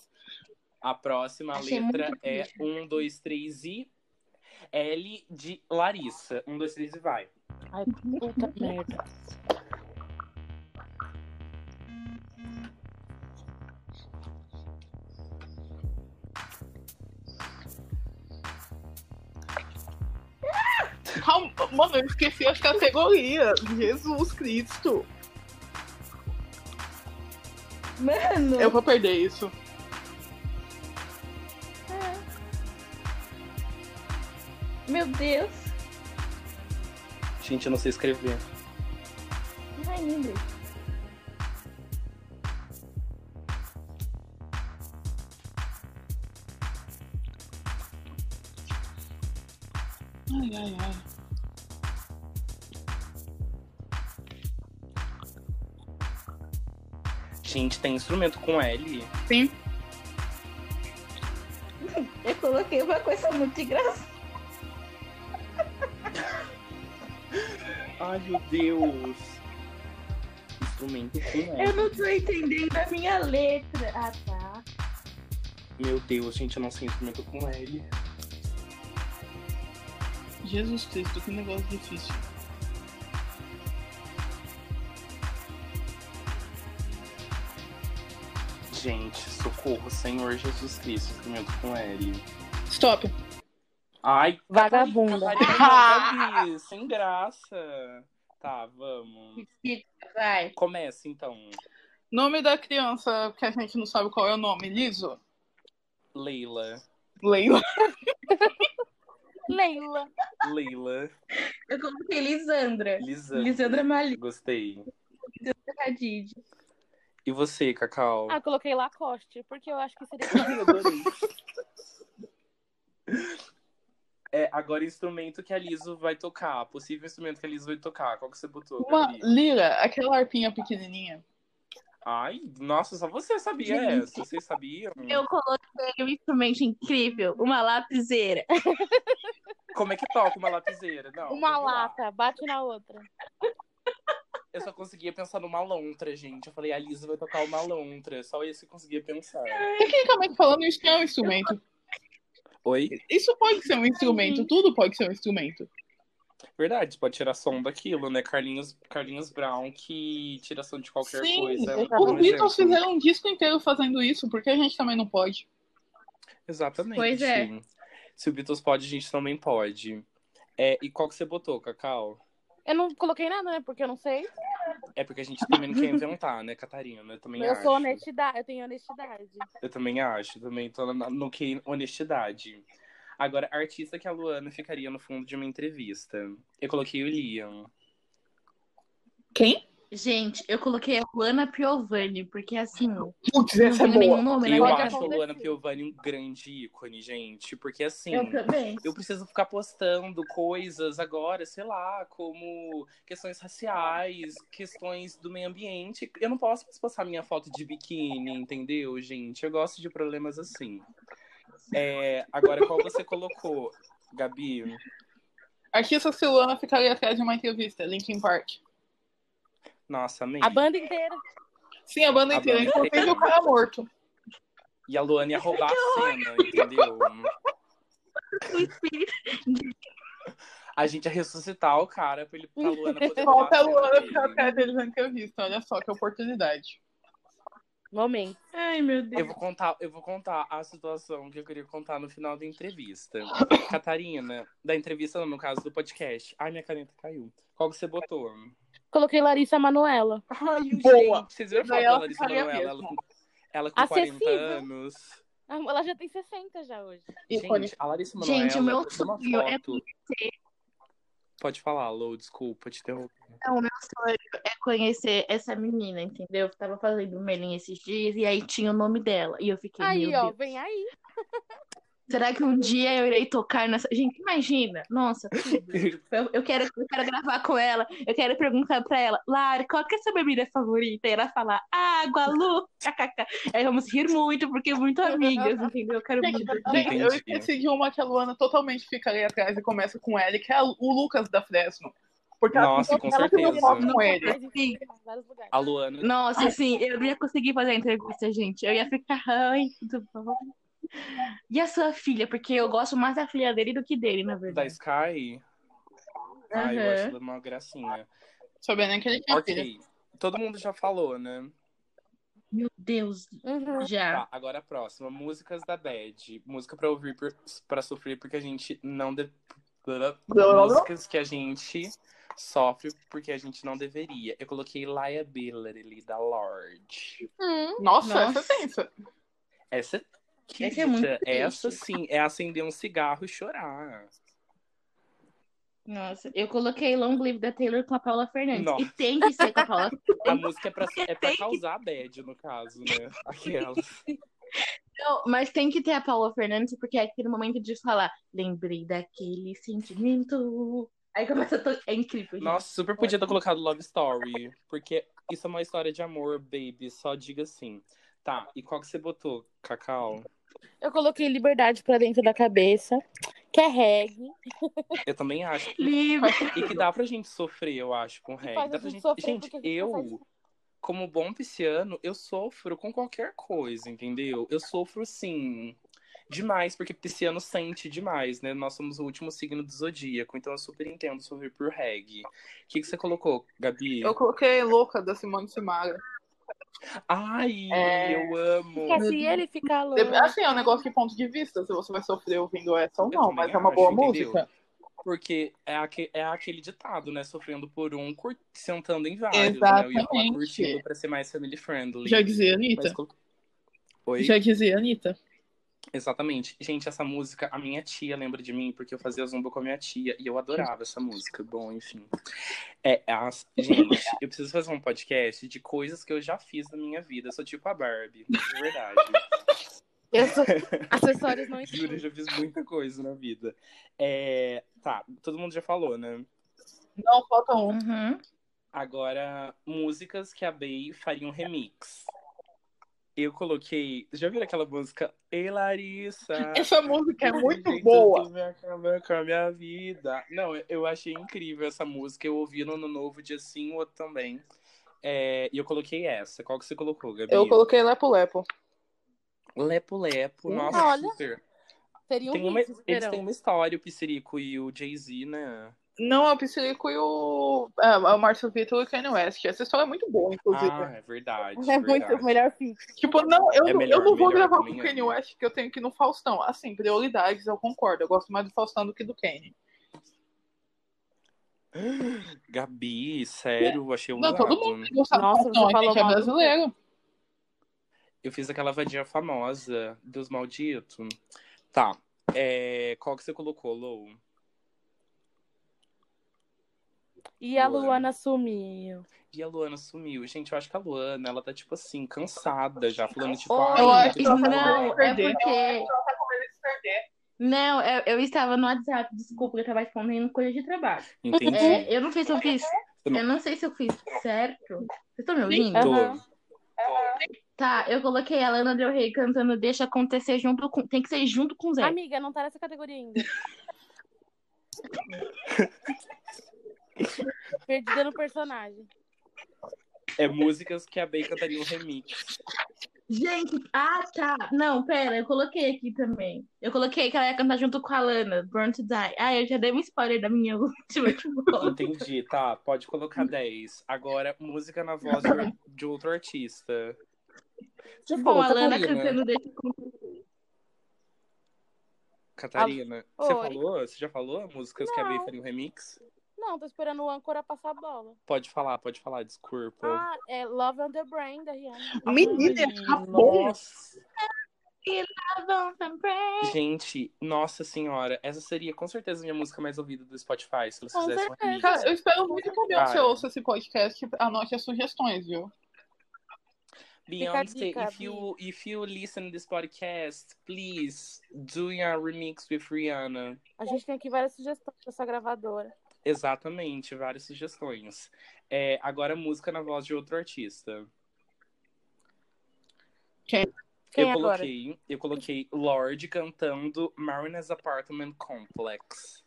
A próxima
Achei
letra
muito
é
triste.
1, 2, 3 e L de Larissa. 1, 2, 3 e vai.
Ai, puta merda.
Calma, mano, eu esqueci as categorias. Jesus Cristo.
Mano,
Eu vou perder isso.
Meu Deus.
Gente, eu não sei escrever.
Ai, meu Deus.
Ai, ai, ai.
Gente, tem instrumento com L.
Eu coloquei uma coisa muito engraçada.
Ai, meu Deus. Instrumento com L.
Eu não tô entendendo a minha letra. Ah, tá.
Meu Deus, gente, eu não sei instrumento com L.
Jesus Cristo, que negócio difícil.
Gente, socorro, Senhor Jesus Cristo, instrumento com L.
Stop.
Ai,
Vagabunda.
Catarina, Gabi, sem graça. Tá, vamos.
Vai.
Começa então.
Nome da criança, que a gente não sabe qual é o nome, Liso?
Leila.
Leila.
Leila.
Leila.
Eu coloquei Lisandra.
Lisandra.
Lisandra Malina
Gostei.
Hadid.
E você, Cacau?
Ah, coloquei Lacoste, porque eu acho que seria.
É, agora instrumento que a Liso vai tocar. Possível instrumento que a Liso vai tocar. Qual que você botou,
Uma
Gabi?
lira, aquela arpinha pequenininha.
Ai, nossa, só você sabia
Gente.
essa. Vocês sabiam?
Eu coloquei um instrumento incrível, uma lapiseira.
Como é que toca uma lapiseira? Não,
Uma
vamos lá.
lata, bate na outra.
Eu só conseguia pensar numa lontra, gente. Eu falei, a Liso vai tocar uma lontra. Só esse que eu conseguia pensar.
Tecnicamente falando, isso não é um instrumento.
Oi?
Isso pode ser um instrumento, tudo pode ser um instrumento.
Verdade, pode tirar som daquilo, né? Carlinhos, Carlinhos Brown, que tira som de qualquer
Sim,
coisa. é um
Os
bom
Beatles
exemplo.
fizeram um disco inteiro fazendo isso, porque a gente também não pode.
Exatamente.
Pois é.
Se o Beatles pode, a gente também pode. É, e qual que você botou, Cacau?
Eu não coloquei nada, né? Porque eu não sei.
É porque a gente também não quer inventar, né, Catarina? Eu também
eu
acho.
sou honestidade, eu tenho honestidade.
Eu também acho. Também tô na- no que honestidade. Agora, artista que a Luana ficaria no fundo de uma entrevista. Eu coloquei o Liam.
Quem?
Gente, eu coloquei a Luana Piovani, porque assim, não
Putz, essa é
tenho nenhum
boa.
nome, né?
Eu acho
Pode
a
acontecer.
Luana Piovani um grande ícone, gente. Porque assim.
Eu também.
Eu preciso ficar postando coisas agora, sei lá, como questões raciais, questões do meio ambiente. Eu não posso mais postar minha foto de biquíni, entendeu, gente? Eu gosto de problemas assim. É, agora, qual você colocou, Gabi?
Artista Silvana ficaria atrás de uma entrevista, Linkin Park.
Nossa, amei.
A banda inteira.
Sim, a banda
A
inteira,
banda
inclusive
inteira.
o cara morto.
E a Luana ia roubar a cena, entendeu? A gente ia ressuscitar o cara pra, ele, pra Luana poder roubar
Falta a
cena
Luana
dele.
ficar atrás deles na entrevista, olha só que oportunidade.
Momento.
Ai, meu
Eu
Deus.
vou contar, eu vou contar a situação que eu queria contar no final da entrevista. Catarina, da entrevista, não, no caso do podcast. Ai, minha caneta caiu. Qual que você botou?
Coloquei Larissa Manoela.
Ai,
Boa.
gente, vocês viram falar
Daí
da
ela
Larissa
ficaria
Manoela? Ela,
mesmo.
com- ela com 40
Acessível.
anos.
Ah, Ela já tem 60 já hoje.
Ícone.
Gente, a Larissa Manoela
Gente, o meu
postou uma
sonho é
foto. Pode falar, Lou, desculpa te interromper.
Então, o meu sonho é conhecer essa menina, entendeu? Eu tava fazendo mailing esses dias e aí tinha o nome dela. E eu fiquei,
Aí,
meu
ó,
Deus.
vem aí.
Será que um dia eu irei tocar nessa... Gente, imagina. Nossa, tudo. eu, eu quero, eu quero gravar com ela. Eu quero perguntar pra ela. Lari, qual que é a sua bebida favorita? E ela falar, água, Lu. kkk. Aí vamos rir muito, porque muito amigas, entendeu? Eu quero muito.
Gente, eu
Entendi.
esqueci de uma que a Luana totalmente fica ali atrás e começa com ele, que é a- o Lucas da Fresno. Porque ela
Nossa, com
ela tirou
certeza.
foto com ele.
Vários lugares, vários lugares.
A Luana.
Nossa, assim, eu não ia conseguir fazer a entrevista, gente. Eu ia ficar, ai, tudo bom? E a sua filha? Porque eu gosto mais da filha dele do que dele, na
Da
verdade.
Sky? Ai, eu
Aham.
acho ela uma gracinha.
Sabendo que ele tinha filha.
Ok. Todo mundo já falou, né?
Meu Deus,
Uhum.
já.
Tá, agora a próxima. Músicas da Bad. Música pra ouvir por, pra sofrer, porque a gente não. De... Músicas que a gente sofre porque a gente não deveria. Eu coloquei Liability da Lorde.
Nossa,
Nossa.
essa é tensa.
Essa que
Essa é muito
Essa sim é acender um cigarro e chorar.
Nossa, eu coloquei Long Live da Taylor com a Paula Fernandes.
Nossa.
E tem que ser com a Paula
A música é pra, é pra
Tem que-
causar bad, no caso, né? Aquelas.
Não, mas tem que ter a Paula Fernandes, porque é aquele momento de falar, lembrei daquele sentimento. Aí começa a to... É incrível, gente.
Nossa, super podia ter colocado Love Story. Porque isso é uma história de amor, baby. Só diga assim. Tá, e qual que você botou, Cacau?
Eu coloquei Liberdade pra dentro da cabeça, que é reggae.
Eu também acho.
Livre.
E que dá pra gente sofrer, eu acho, com reggae.
Né? faz
Dá
a
pra
gente
gente...
sofrer
gente,
porque a gente não
eu, como bom pisciano, eu sofro com qualquer coisa, entendeu? Eu sofro, sim, demais, porque pisciano sente demais, né? Nós somos o último signo do zodíaco, então eu super entendo sofrer por reggae. O que, que você colocou, Gabi?
Eu coloquei louca da Simone Simagra.
Ai,
É.
eu amo!
Fica assim, ele fica louco.
Dep- Assim, é um negócio de ponto de vista, se você vai sofrer ouvindo essa ou
Eu
não,
também
mas é uma
acho,
boa
entendeu?
música.
Porque é, aque- é aquele ditado, né? Sofrendo por um, cur... sentando em vários, né? Eu ia falar
Exatamente.
curtindo pra ser mais family friendly.
Já dizia
Mas
Anitta.
colo- Oi?
Já dizia Anitta.
Exatamente. Gente, essa música, a minha tia lembra de mim, porque eu fazia zumba com a minha tia e eu adorava essa música. Bom, enfim. É, as... Gente, eu preciso fazer um podcast de coisas que eu já fiz na minha vida. Eu sou tipo a Barbie, de verdade.
Eu sou... Acessórios não
Juro, eu
existem.
já fiz muita coisa na vida. É, Tá, todo mundo já falou, né?
Não, falta um.
Uhum.
Agora, músicas que a Bey faria um remix. Eu coloquei. Já viram aquela música? Ei, Larissa!
Essa música é muito
Jeito
boa.
que vai acabar com a minha vida. Não, eu- eu achei incrível essa música. Eu ouvi no Ano Novo, dia sim, o outro também. É, e eu coloquei essa. Qual que você colocou, Gabi?
Eu coloquei Lepo Lepo.
Lepo Lepo. Nossa,
Olha,
super.
Seria um
Tem uma-
hit do
eles
verão.
têm uma história, o Piscirico e o Jay-Z, né?
Não, é o Psirico e o, é, o Márcio Vitor e o Kanye West. Essa história é muito boa, inclusive.
Ah, é verdade.
É muito o
verdade.
melhor fit.
Tipo, não, eu,
É
não-
melhor,
eu não vou
melhor,
gravar com
também
o
é.
Kanye West, que eu tenho que ir no Faustão. Assim, prioridades, eu concordo. Eu gosto mais do Faustão do que do Kanye.
Gabi, sério, achei um
Não, todo mundo não sabe
Nossa,
Faustão,
você
a gente
falou
é
mal do
brasileiro.
Eu fiz aquela vadinha famosa dos malditos. Tá. É, qual que você colocou, Lou?
E a Luana sumiu.
E a Luana sumiu. Gente, eu acho que a Luana, ela tá, tipo assim, cansada já, falando, tipo,
Oi,
ai,
Eu acho que
gente,
ela tá
por
com
não,
favor.
medo de
é
perder.
porque.
Ela tá com medo de se perder.
Não, eu, eu estava no WhatsApp, desculpa, eu estava respondendo coisa de trabalho.
Entendi.
É, eu não sei se eu fiz.
Eu não-
Eu não sei se eu fiz certo. Vocês estão me ouvindo?
Tô.
é, Aham.
Tá, eu coloquei a Lana Del Rey cantando Deixa Acontecer junto com. Tem que ser junto com o Zé.
Amiga, não tá nessa categoria ainda. Perdida no personagem.
É músicas que a Bey cantaria um remix.
Gente, ah, tá. Não, pera, eu coloquei aqui também. Eu coloquei que ela ia cantar junto com a Lana, Born to Die. Ah, eu já dei um spoiler da minha última tipo, que volta.
Entendi, tá. Pode colocar 10. Agora, música na voz de or- de outro artista. Já
Bom,
falou,
a Lana
Catarina.
cantando Deixa Acontecer.
Catarina, você
Ah, Oi.
falou? Você já falou músicas que a Bey
Não.
faria um remix?
Não, tô esperando o âncora passar a bola.
Pode falar, pode falar, desculpa.
Ah, é Love on the Brain da Rihanna.
Menina, tá bom.
Nossa.
tá
Gente, nossa senhora, essa seria com certeza minha música mais ouvida do Spotify, se eles
Com
fizessem um
certeza.
remix.
Cara, eu espero muito que a Beyoncé
Cara.
ouça esse podcast e anote as sugestões, viu?
Fica a
Beyoncé,
dica,
if you if you listen this podcast, please do your remix with Rihanna.
A gente tem aqui várias sugestões pra essa gravadora.
Exatamente, várias sugestões. É, agora música na voz de outro artista.
Quem é
eu
agora?
coloquei, eu coloquei Lorde cantando Marina's Apartment Complex.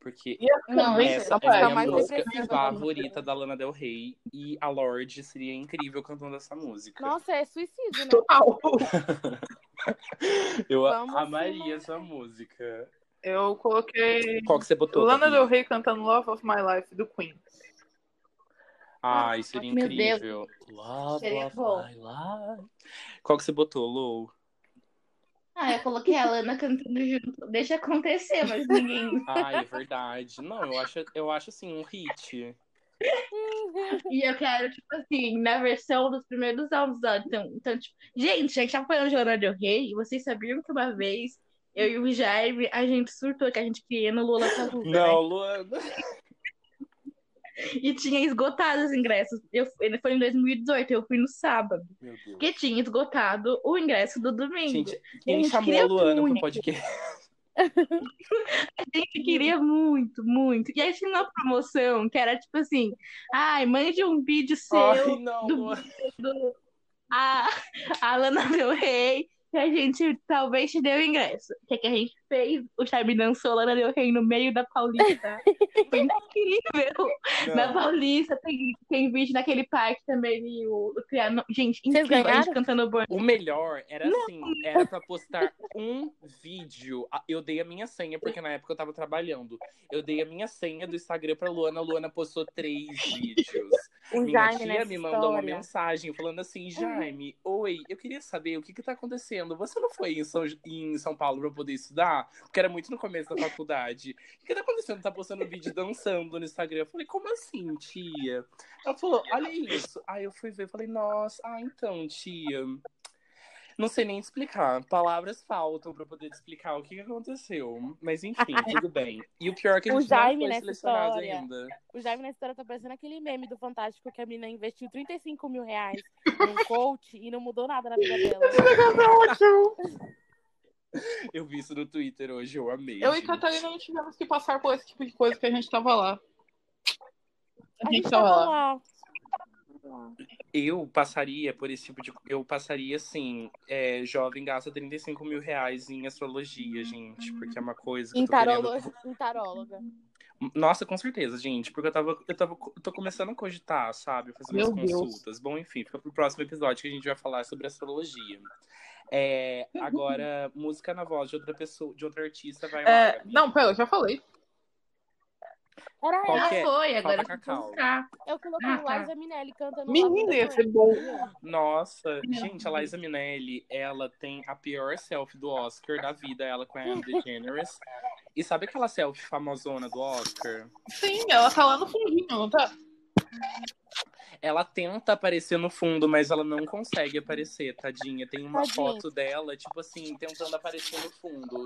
Porque
Não,
Mas
essa
essa
é a
é a
minha
tá mais
música
depressiva da
favorita da Lana Del Rey e a Lorde seria incrível cantando essa música.
Nossa, é suicídio, né?
Total.
eu
vamos
amaria
sim,
essa música.
Eu coloquei
Qual que você botou?
Lana
Davi?
Del Rey cantando Love of My Life do Queen.
Ai, seria
Ah, Meu Deus.
incrível. Love
Seria
of
bom.
my life. Qual que você botou, Lou?
Ah, eu coloquei a Lana cantando junto. Deixa acontecer, mas ninguém.
Ai, é verdade. Não, eu acho, eu acho assim, um hit.
E eu quero, tipo assim, na versão dos primeiros álbuns dela. Então, então tipo, gente, a gente tava falando de Lana Del Rey. E vocês sabiam que uma vez eu e o Jaime, a gente surtou que a gente queria no Lula Palusa,
Não, Luana.
E tinha esgotado os ingressos. Eu, ele foi em 2018, eu fui no sábado.
Meu Deus.
Porque tinha esgotado o ingresso do domingo.
Gente, quem
Gente,
chamou
queria
a Luana pro
muito.
podcast?
a gente queria muito, muito. E aí tinha uma promoção que era tipo assim: ai, mande um vídeo seu.
Ai, não,
do-
Luana.
do- a, a Lana Del Rey que a gente talvez te deu ingresso. O que, é que a gente fez? O Charme dançou Lana Del Rey no meio da Paulista. Foi incrível. Na
Não.
Paulista tem, tem vídeo naquele parque também. E o, o Trianon. Gente,
Vocês
incrível. A gente
ganharam?
cantando Born.
O melhor era assim, era pra postar um vídeo. Ah, Eu dei a minha senha, porque na época eu tava trabalhando. Eu dei a minha senha do Instagram pra Luana. A Luana postou três vídeos.
O
Minha
um Jaime
tia
nessa
me mandou uma
história. Uhum.
mensagem falando assim: Jaime, oi, eu queria saber o que que tá acontecendo. Você não foi em São, em São Paulo pra poder estudar? Porque era muito no começo da faculdade. O que tá acontecendo? Tá postando vídeo dançando no Instagram. Eu falei: como assim, tia? Ela falou: olha isso. Aí eu fui ver, eu falei: nossa, ah, então, tia. Não sei nem explicar. Palavras faltam pra poder te explicar o que que aconteceu. Mas enfim, tudo bem. E o pior é que a
O
gente não
Jaime
foi
nessa
selecionado
história.
ainda.
O Jaime nessa história tá parecendo aquele meme do Fantástico que a menina investiu 35 mil reais num coach e não mudou nada na vida dela.
Eu vi isso no Twitter hoje, eu amei.
Eu e
gente.
Catarina não tivemos que passar por esse tipo de coisa que a gente tava lá. A
A
gente
gente
tava
tava
lá.
Então lá.
Eu passaria por esse tipo de. Eu passaria, assim, é, jovem gasta 35 mil reais em astrologia, gente, porque é
Uhum.
uma coisa que
Em
eu tô querendo.
taróloga. Em taróloga.
Nossa, com certeza, gente, porque eu tava. Eu tava eu tô começando a cogitar, sabe? Fazer minhas
Meu Deus.
consultas. Bom, enfim, fica pro próximo episódio que a gente vai falar sobre astrologia. É,
Uhum.
agora, música na voz de outra pessoa, de outra artista vai lá.
É,
Gabi.
não, pera, eu já falei.
Era
Qual
Já
que é?
foi, agora
Falta
eu
cacau.
vou buscar.
eu, eu coloquei
Ah, tá.
Liza Minelli cantando.
Menina, ia ser bom.
Nossa, gente, a Liza Minelli, ela tem a pior selfie do Oscar da vida, ela com a Ellen DeGeneres. E sabe aquela selfie famosona do Oscar?
Sim, ela tá lá no fundinho, não tá?
Ela tenta aparecer no fundo, mas ela não consegue aparecer, tadinha. Tem uma
Tadinha.
foto dela, tipo assim, tentando aparecer no fundo.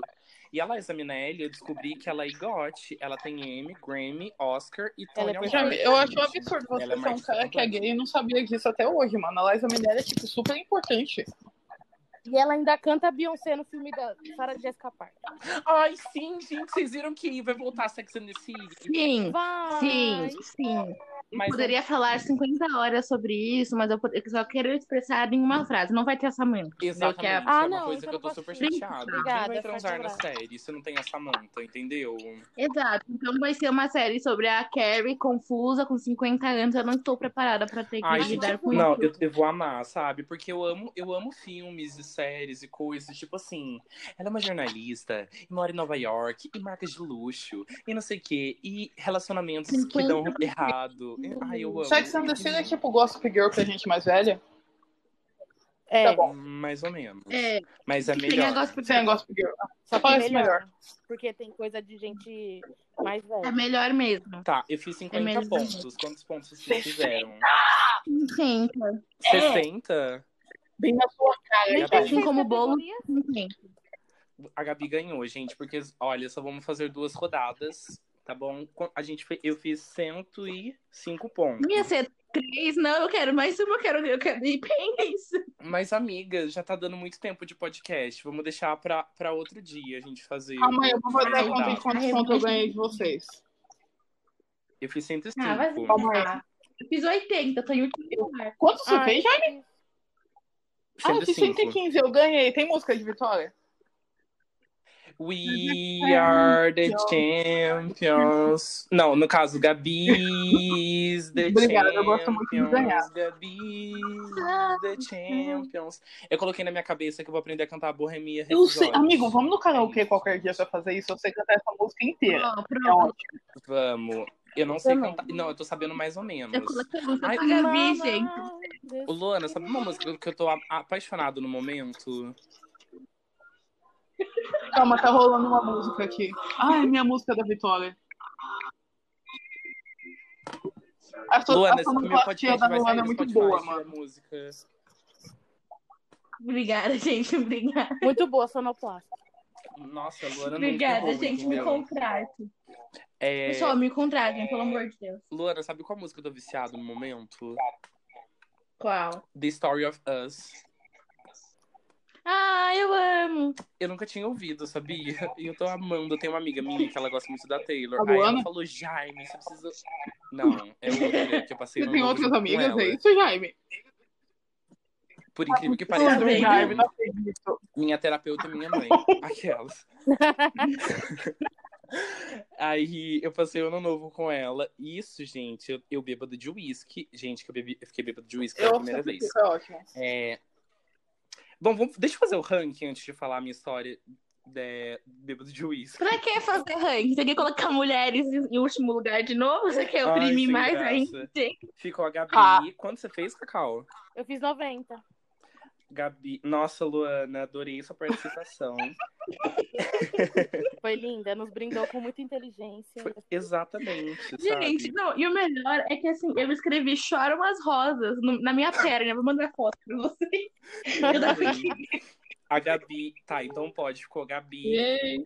E a Liza Minelli, eu descobri que ela é GOT. Ela tem M, Grammy, Oscar e
Ela é
Tony
Já-
Award.
Eu acho um absurdo você
Ela é
ser um
mais
cara que é
completa.
gay e não sabia disso até hoje, mano. A Liza Minelli é, tipo, super importante.
E ela ainda canta a Beyoncé no filme da Sarah Jessica Parker.
Ai, sim, gente, vocês viram que vai voltar Sex and the City.
Sim,
Vai!
sim, sim.
Mas
Poderia falar 50 horas sobre isso, mas eu pod- eu só quero expressar em uma frase. Não vai ter essa né? manhã.
Exatamente,
Eu quero-
é
Ah,
uma
não,
coisa
isso
que
eu
eu tô
não
super
posso-
chateada. Quem
Obrigada,
vai
pode
transar na
abraçar.
série se não tem a Samantha, entendeu?
Exato. Então vai ser uma série sobre a Carrie confusa com 50 anos. Eu não estou preparada para ter que
Ai, gente,
lidar com
não,
isso.
eu, eu vou amar, sabe? Porque eu amo, eu amo filmes e séries e coisas, tipo assim, ela é uma jornalista, e mora em Nova York, e marcas de luxo, e não sei o quê, e relacionamentos que dão errado. Ai, eu amo.
Sex and the City é tipo Gossip Girl pra gente mais velha?
É,
Tá bom.
Mais ou menos.
É,
Mas é
tem
melhor.
negócio pra-
Sem Gossip Girl.
só que
Parece
melhor. Porque tem coisa de gente mais
é
velha.
melhor mesmo.
Tá, eu fiz
É
50
melhor.
pontos. Quantos pontos vocês fizeram?
Sim,
60?
Bem na sua cara,
Nem
cara.
pensei.
assim como o bolo. sim.
A Gabi ganhou, gente, porque, olha, só vamos fazer duas rodadas, tá bom? A gente, fe- eu fiz 105 pontos.
Ia ser três, não, eu quero mais uma, eu quero, eu quero ir bem isso.
Mas, amiga, já tá dando muito tempo de podcast. Vamos deixar pra, pra outro dia a gente fazer.
Amanhã eu vou fazer um a conta de quantos
Ai,
pontos eu
gente.
ganhei de vocês.
Eu fiz 105.
Ah, vai
Calma
ficar. Eu fiz 80, tô em último lugar.
Quantos você
Ai,
fez, Jaime? Ah, eu fiz 115, eu ganhei. Tem música de vitória?
We are the champions. Não, no caso, Gabi is the
Obrigada,
champions.
eu gosto muito de ganhar. Ah,
Gabi is the champions. Eu coloquei na minha cabeça que eu vou aprender a cantar Bohemia
Eu sei.
Rhapsody.
Amigo, vamos no karaokê qualquer dia pra fazer isso. Eu sei cantar essa música inteira.
Ó,
É
pronto.
ótimo.
Vamos. Eu não sei
Eu não.
cantar. Não, eu tô sabendo mais ou menos.
Eu coloquei a música
Ai,
pra Gabi, gente.
Ô, Luana, sabe uma música que eu tô a- apaixonado no momento?
Calma, tá rolando uma música aqui. Ai, minha música da vitória. A sua,
Luana,
a
esse
sua
meu podcast
da
vai sair
Luana
no
é muito
Spotify,
boa,
tira a
mano.
música.
Obrigada, gente, obrigada.
Muito boa, sonoplasta.
Nossa, a Luana não
Obrigada,
errou,
gente, me
entendeu?
contratem.
É,
Pessoal, me contratem, pelo amor de Deus.
Luana, sabe qual música eu tô viciado no momento?
Qual?
The Story of Us.
Ah, eu amo.
Eu nunca tinha ouvido, sabia? E eu tô amando. Eu tenho uma amiga minha que ela gosta muito da Taylor.
A
Aí ela
Luana?
falou, Jaime, você precisa... Não, é outra que eu passei
Você
no
tem
novo
outras
junto com
amigas,
ela.
é isso, Jaime?
Por incrível que
Tudo,
pareça,
Tá bem.
Jaime, não acredito.
Minha terapeuta e minha mãe. Aquelas. Aí eu passei o ano novo com ela. Isso, gente, eu, eu bêbado de uísque. Gente, que eu, bebi, eu fiquei bêbado de uísque pela
Eu
primeira
sei
vez.
que é ótimo.
É... Bom, vamos- deixa eu fazer o ranking antes de falar a minha história de bêbado de uísque.
Pra que fazer ranking? Você quer colocar mulheres em último lugar de novo? Você quer
Ai,
oprimir
sem
mais
graça.
ainda? gente?
Ficou a Gabi.
Ah.
Quanto você fez, Cacau?
Eu fiz 90.
Gabi. Nossa, Luana, adorei sua participação.
Foi linda, nos brindou com muita inteligência.
Foi- Exatamente.
Gente,
sabe?
não, e o melhor é que assim, eu escrevi choram as rosas no- na minha perna. Eu Vou mandar foto pra vocês. Eu tava-
A Gabi. Tá, então pode. Ficou Gabi.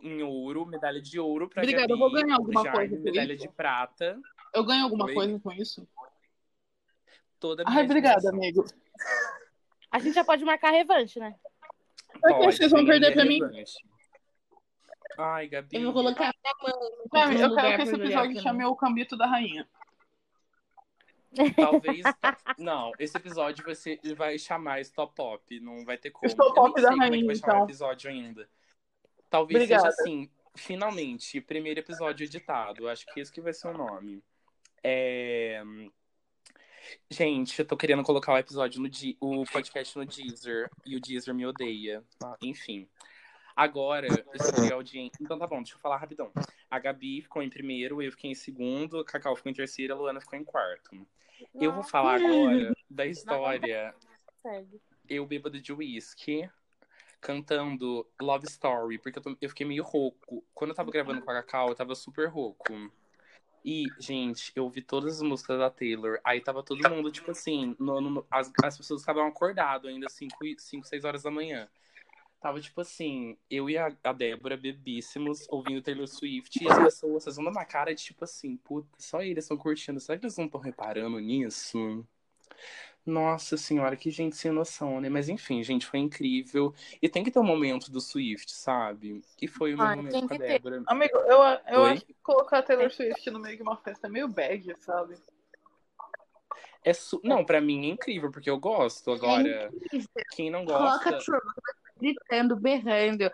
em ouro, medalha de ouro pra
Obrigada,
Gabi,
eu vou ganhar alguma
Jaime,
coisa por
medalha
isso.
de prata,
Eu ganho alguma
Oi?
coisa com isso?
toda a minha
Ai, obrigada,
admiração.
amigo.
A gente já pode marcar revanche, né?
Porque
Pode,
vocês vão
ninguém é
perder pra mim.
relevante. Ai, Gabi.
Eu vou colocar minha mão. no
Jaime, eu
lugar
quero que
pra
esse
jogar
episódio
pra
chame o Cambito da Rainha.
Talvez. Não, esse episódio vai, ser, vai chamar Stop Pop. Não vai ter como.
Stop
Eu nem
Pop da
sei como é que
Rainha,
vai chamar
então.
o episódio ainda. Talvez
Obrigada.
seja assim. Finalmente, primeiro episódio editado. Acho que esse que vai ser o nome. É... Gente, eu tô querendo colocar o episódio no Di- o podcast no Deezer e o Deezer me odeia. Ah, Enfim. Agora, eu subi a audiência. Então tá bom, deixa eu falar rapidão. A Gabi ficou em primeiro, eu fiquei em segundo, a Cacau ficou em terceiro, a Luana ficou em quarto. Eu vou falar agora da história
Segue.
eu bêbado de uísque, cantando Love Story, porque eu, tô- eu fiquei meio rouco. Quando eu tava gravando com a Cacau, eu tava super rouco. E, gente, eu ouvi todas as músicas da Taylor. Aí tava todo mundo, tipo assim, no, no- as, as pessoas estavam acordado ainda 5, 6 horas da manhã. Tava, tipo assim, eu e a, a Débora bebíssimos ouvindo Taylor Swift e as pessoas vocês vão numa cara de tipo assim, puta, só eles estão curtindo. Será que eles não estão reparando nisso? Nossa senhora, que gente sem noção, né? Mas enfim, gente, foi incrível. E tem que ter um momento do Swift, sabe? E foi o meu
Ai, tem
momento com a
que ter.
Débora.
Amigo, eu, eu
Oi?
acho que colocar Taylor Swift no meio de uma festa é meio bad, sabe?
É su- Não, pra mim é incrível, porque eu gosto. Agora, quem não
Coloca
gosta.
Trouble gritando, berrando.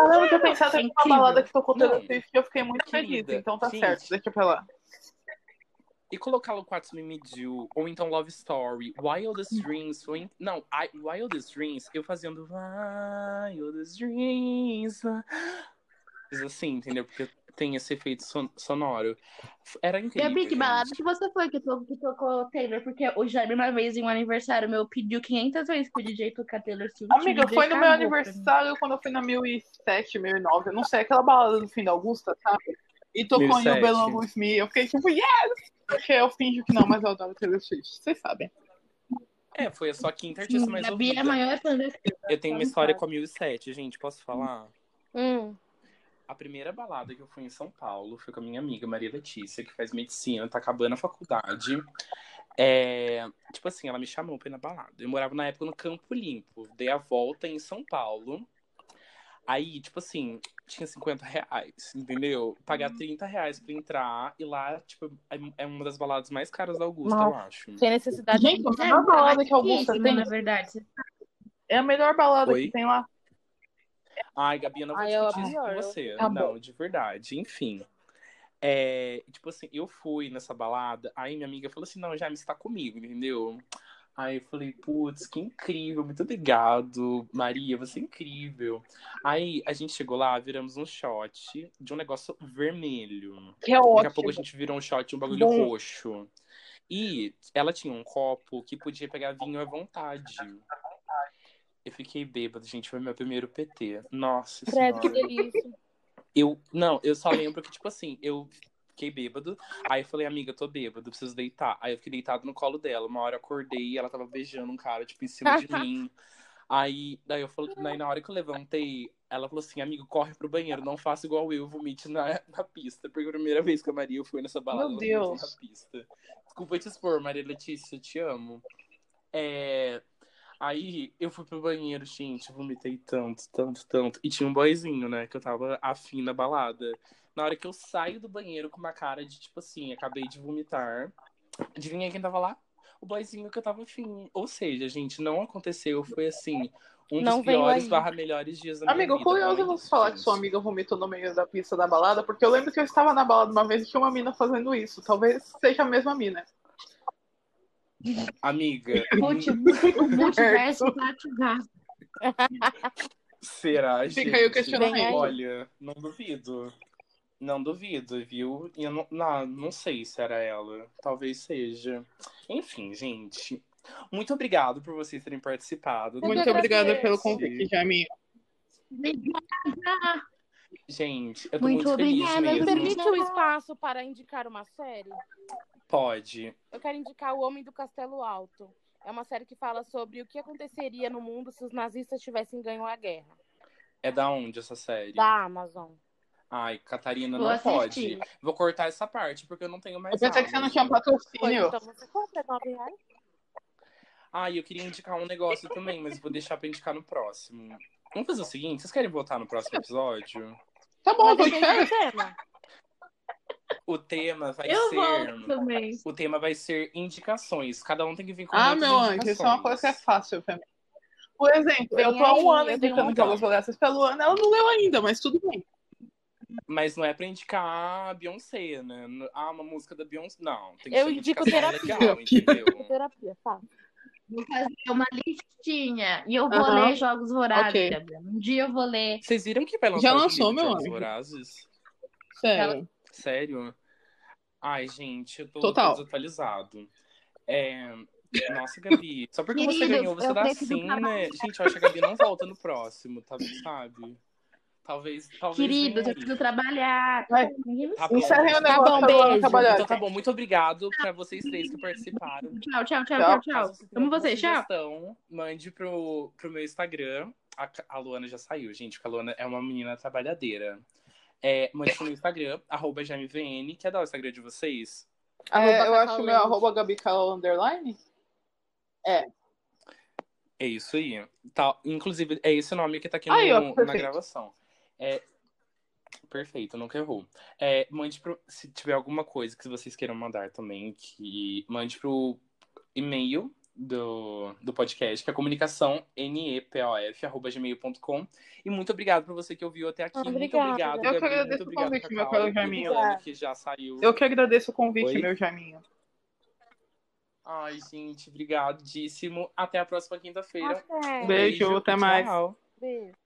Eu lembro de eu pensar
É
até numa
incrível.
balada que tocou Taylor
Não. é
Swift e eu fiquei muito
Querida,
feliz, então tá
gente.
certo, deixa pra lá.
E colocá-lo 4 Me Mediu, ou então Love Story, Wildest
Hum.
Dreams, foi... in- não, I... Wildest Dreams, eu fazendo Wildest Dreams, mas assim, entendeu? Porque tem esse efeito son- sonoro. Era incrível,
Gabi, que
gente.
balada que você foi que, to- que tocou Taylor? Porque o Jaime, uma vez em um aniversário meu, pediu 500 vezes pro DJ tocar Taylor
é
Swift. o
Amiga,
DJ
foi no meu
cagou pra mim.
aniversário quando eu fui na 1007, 1009, eu não sei, aquela balada do fim da Augusta, sabe? E tocou em
1007.
You Belong With Me, eu fiquei tipo, yes! Porque eu finjo que não, mas eu adoro Taylor Swift, vocês sabem.
É, foi a sua quinta artista mais
Gabi é a
ouvida.
maior fã da
Eu tenho uma
Tá
história
no
com a 1007, gente, posso falar?
Hum.
A primeira balada que eu fui em São Paulo foi com a minha amiga Maria Letícia, que faz medicina, tá acabando a faculdade. É, tipo assim, ela me chamou pra ir na balada. Eu morava na época no Campo Limpo. Dei a volta em São Paulo. Aí, tipo assim, tinha 50 reais, entendeu? Pagar 30 reais pra entrar. E lá, tipo, é- é uma das baladas mais caras da Augusta, eu acho.
Sem necessidade.
Gente, a melhor balada que a Augusta
Isso, né,
tem
na verdade.
é a melhor balada
Oi?
que tem lá.
Ai, Gabi, eu não vou
Ai, eu
discutir isso com
adoro.
você.
Tá bom.
não, de verdade. Enfim. É, tipo assim, eu fui nessa balada, aí minha amiga falou assim, não, Jaime, você tá comigo, entendeu? Aí eu falei, putz, que incrível, muito obrigado, Maria, você é incrível. Aí a gente chegou lá, viramos um shot de um negócio vermelho.
Que
Daqui
é
a pouco a
ótimo.
gente virou um shot de um bagulho
Bom.
roxo. E ela tinha um copo que podia pegar vinho à vontade. Eu fiquei bêbado, gente. Foi meu primeiro PT. Nossa
Credo, que
senhora.
delícia.
Eu, não, eu só lembro que, tipo assim, eu fiquei bêbado. Aí eu falei, amiga, eu tô bêbado, preciso deitar. Aí eu fiquei deitado no colo dela. Uma hora eu acordei e ela tava beijando um cara, tipo, em cima de mim. Aí, daí eu falei, daí na hora que eu levantei, ela falou assim, amigo, corre pro banheiro, não faça igual eu, vomite na, na pista. Porque a primeira vez que a Maria eu fui nessa balada,
Meu
ela vomitou
Deus.
na pista. Desculpa te expor, Maria Letícia, eu te amo. É, Aí eu fui pro banheiro, gente, eu vomitei tanto, tanto, tanto. E tinha um boyzinho, né? Que eu tava afim na balada. Na hora que eu saio do banheiro com uma cara de tipo assim, acabei de vomitar. Adivinha quem tava lá? O boyzinho que eu tava afim. Ou seja, gente, não aconteceu. Foi assim, um dos
Não veio
piores
aí.
barra melhores dias da minha
Amigo,
vida.
curioso
não é
você falar
isso,
que sua
gente?
amiga vomitou no meio da pista da balada, porque eu lembro que eu estava na balada uma vez e tinha uma mina fazendo isso. Talvez seja a mesma mina.
Amiga,
O
É,
multiverso
então.
tá ativado.
será, gente?
Fica aí o questionamento.
Olha, não duvido. Não duvido, viu? E Eu não, não, não sei se era ela. Talvez seja. Enfim, gente. Muito obrigado por vocês terem participado.
Eu que
Muito obrigada
agradeço.
pelo convite, Jamie.
Tá
Gente, eu tô
Muito
muito, feliz
obrigada,
mesmo.
Me
Permite-
permite um espaço para indicar uma série?
Pode.
Eu quero indicar O Homem do Castelo Alto. É uma série que fala sobre o que aconteceria no mundo se os nazistas tivessem ganho a guerra.
É da onde essa série?
Da Amazon.
Ai, Catarina,
Vou
não
assistir.
pode. Vou cortar essa parte, porque eu não tenho mais
Eu pensei
nada.
que você não tinha um
Pois,
patrocínio.
então você compra nove reais?
Ai, eu queria indicar um negócio também, mas vou deixar pra indicar no próximo. Vamos fazer o seguinte, vocês querem voltar no próximo episódio?
Tá bom,
Mas
tô
depende
certo.
do tema.
O tema vai
Eu
ser...
volto também.
O tema vai ser indicações. Cada um tem que vir com
Ah,
muitas
meu anjo, isso é uma
indicações.
coisa que é fácil pra mim. Por exemplo, eu
Vem
tô há um
aí,
ano
eu tenho
indicando
um
jogos voláteis pra Luana, ela não leu ainda, mas tudo bem.
Mas não é pra indicar a Beyoncé, né? Ah, uma música da Beyoncé. Não, tem que
Eu
ser uma
indico
indicação
terapia.
legal, entendeu?
Terapia, tá.
Vou fazer uma listinha. E eu vou
Aham.
ler Jogos Vorazes,
Ok.
Gabi. Um dia eu vou ler.
Vocês viram que vai lançar
Já
o livro
lançou,
de
meu
Jogos
anjo.
Vorazes?
Sério.
Sério? Ai, gente, eu tô
Total.
desatualizado. É, Nossa, Gabi, só porque você
Queridos,
ganhou, você
eu
dá
preciso
sim,
parar.
né? Gente, eu acho que a Gabi não volta no próximo, tá, sabe? Talvez, talvez
Querido,
venha
eu
aí.
preciso trabalhar.
Vai.
Ninguém me
Tá bom.
Encerrei o
Tá
negócio
bom,
pra Luana
beijo.
trabalhar.
Então tá bom, muito obrigado pra vocês três que participaram.
Tchau, tchau, tchau,
Tchau.
tchau, tchau.
Caso tenha
Amo
alguma
você, tchau.
sugestão, Mande pro, pro meu Instagram. A, Ca- a Luana já saiu, gente, porque a Luana é uma menina trabalhadeira. É, mande pro meu Instagram, arroba jamivn. Quer dar o Instagram de vocês?
É,
Arroba
eu acho
Cacau
meu
Leite.
arroba Gabi Cal underline.
É isso aí. Tá, inclusive, é esse o nome que tá aqui
Aí,
no-
ó,
na
perfeito.
gravação. É, perfeito, nunca errou. É, mande pro, se tiver alguma coisa que vocês queiram mandar também, que mande pro e-mail do, do podcast, que é comunicação nepof.gmail.com. E muito obrigado pra você que ouviu até aqui.
Obrigada.
Muito obrigado,
Eu
Gabi,
que agradeço
muito
o
obrigado,
convite, meu
Cacau,
caro
muito
Jaminho.
obrigado que já saiu.
Eu que agradeço o convite,
Oi?
meu Jaiminho.
Ai, gente, obrigadíssimo. Até a próxima quinta-feira.
Até.
Beijo, até mais.
Tchau.
Beijo.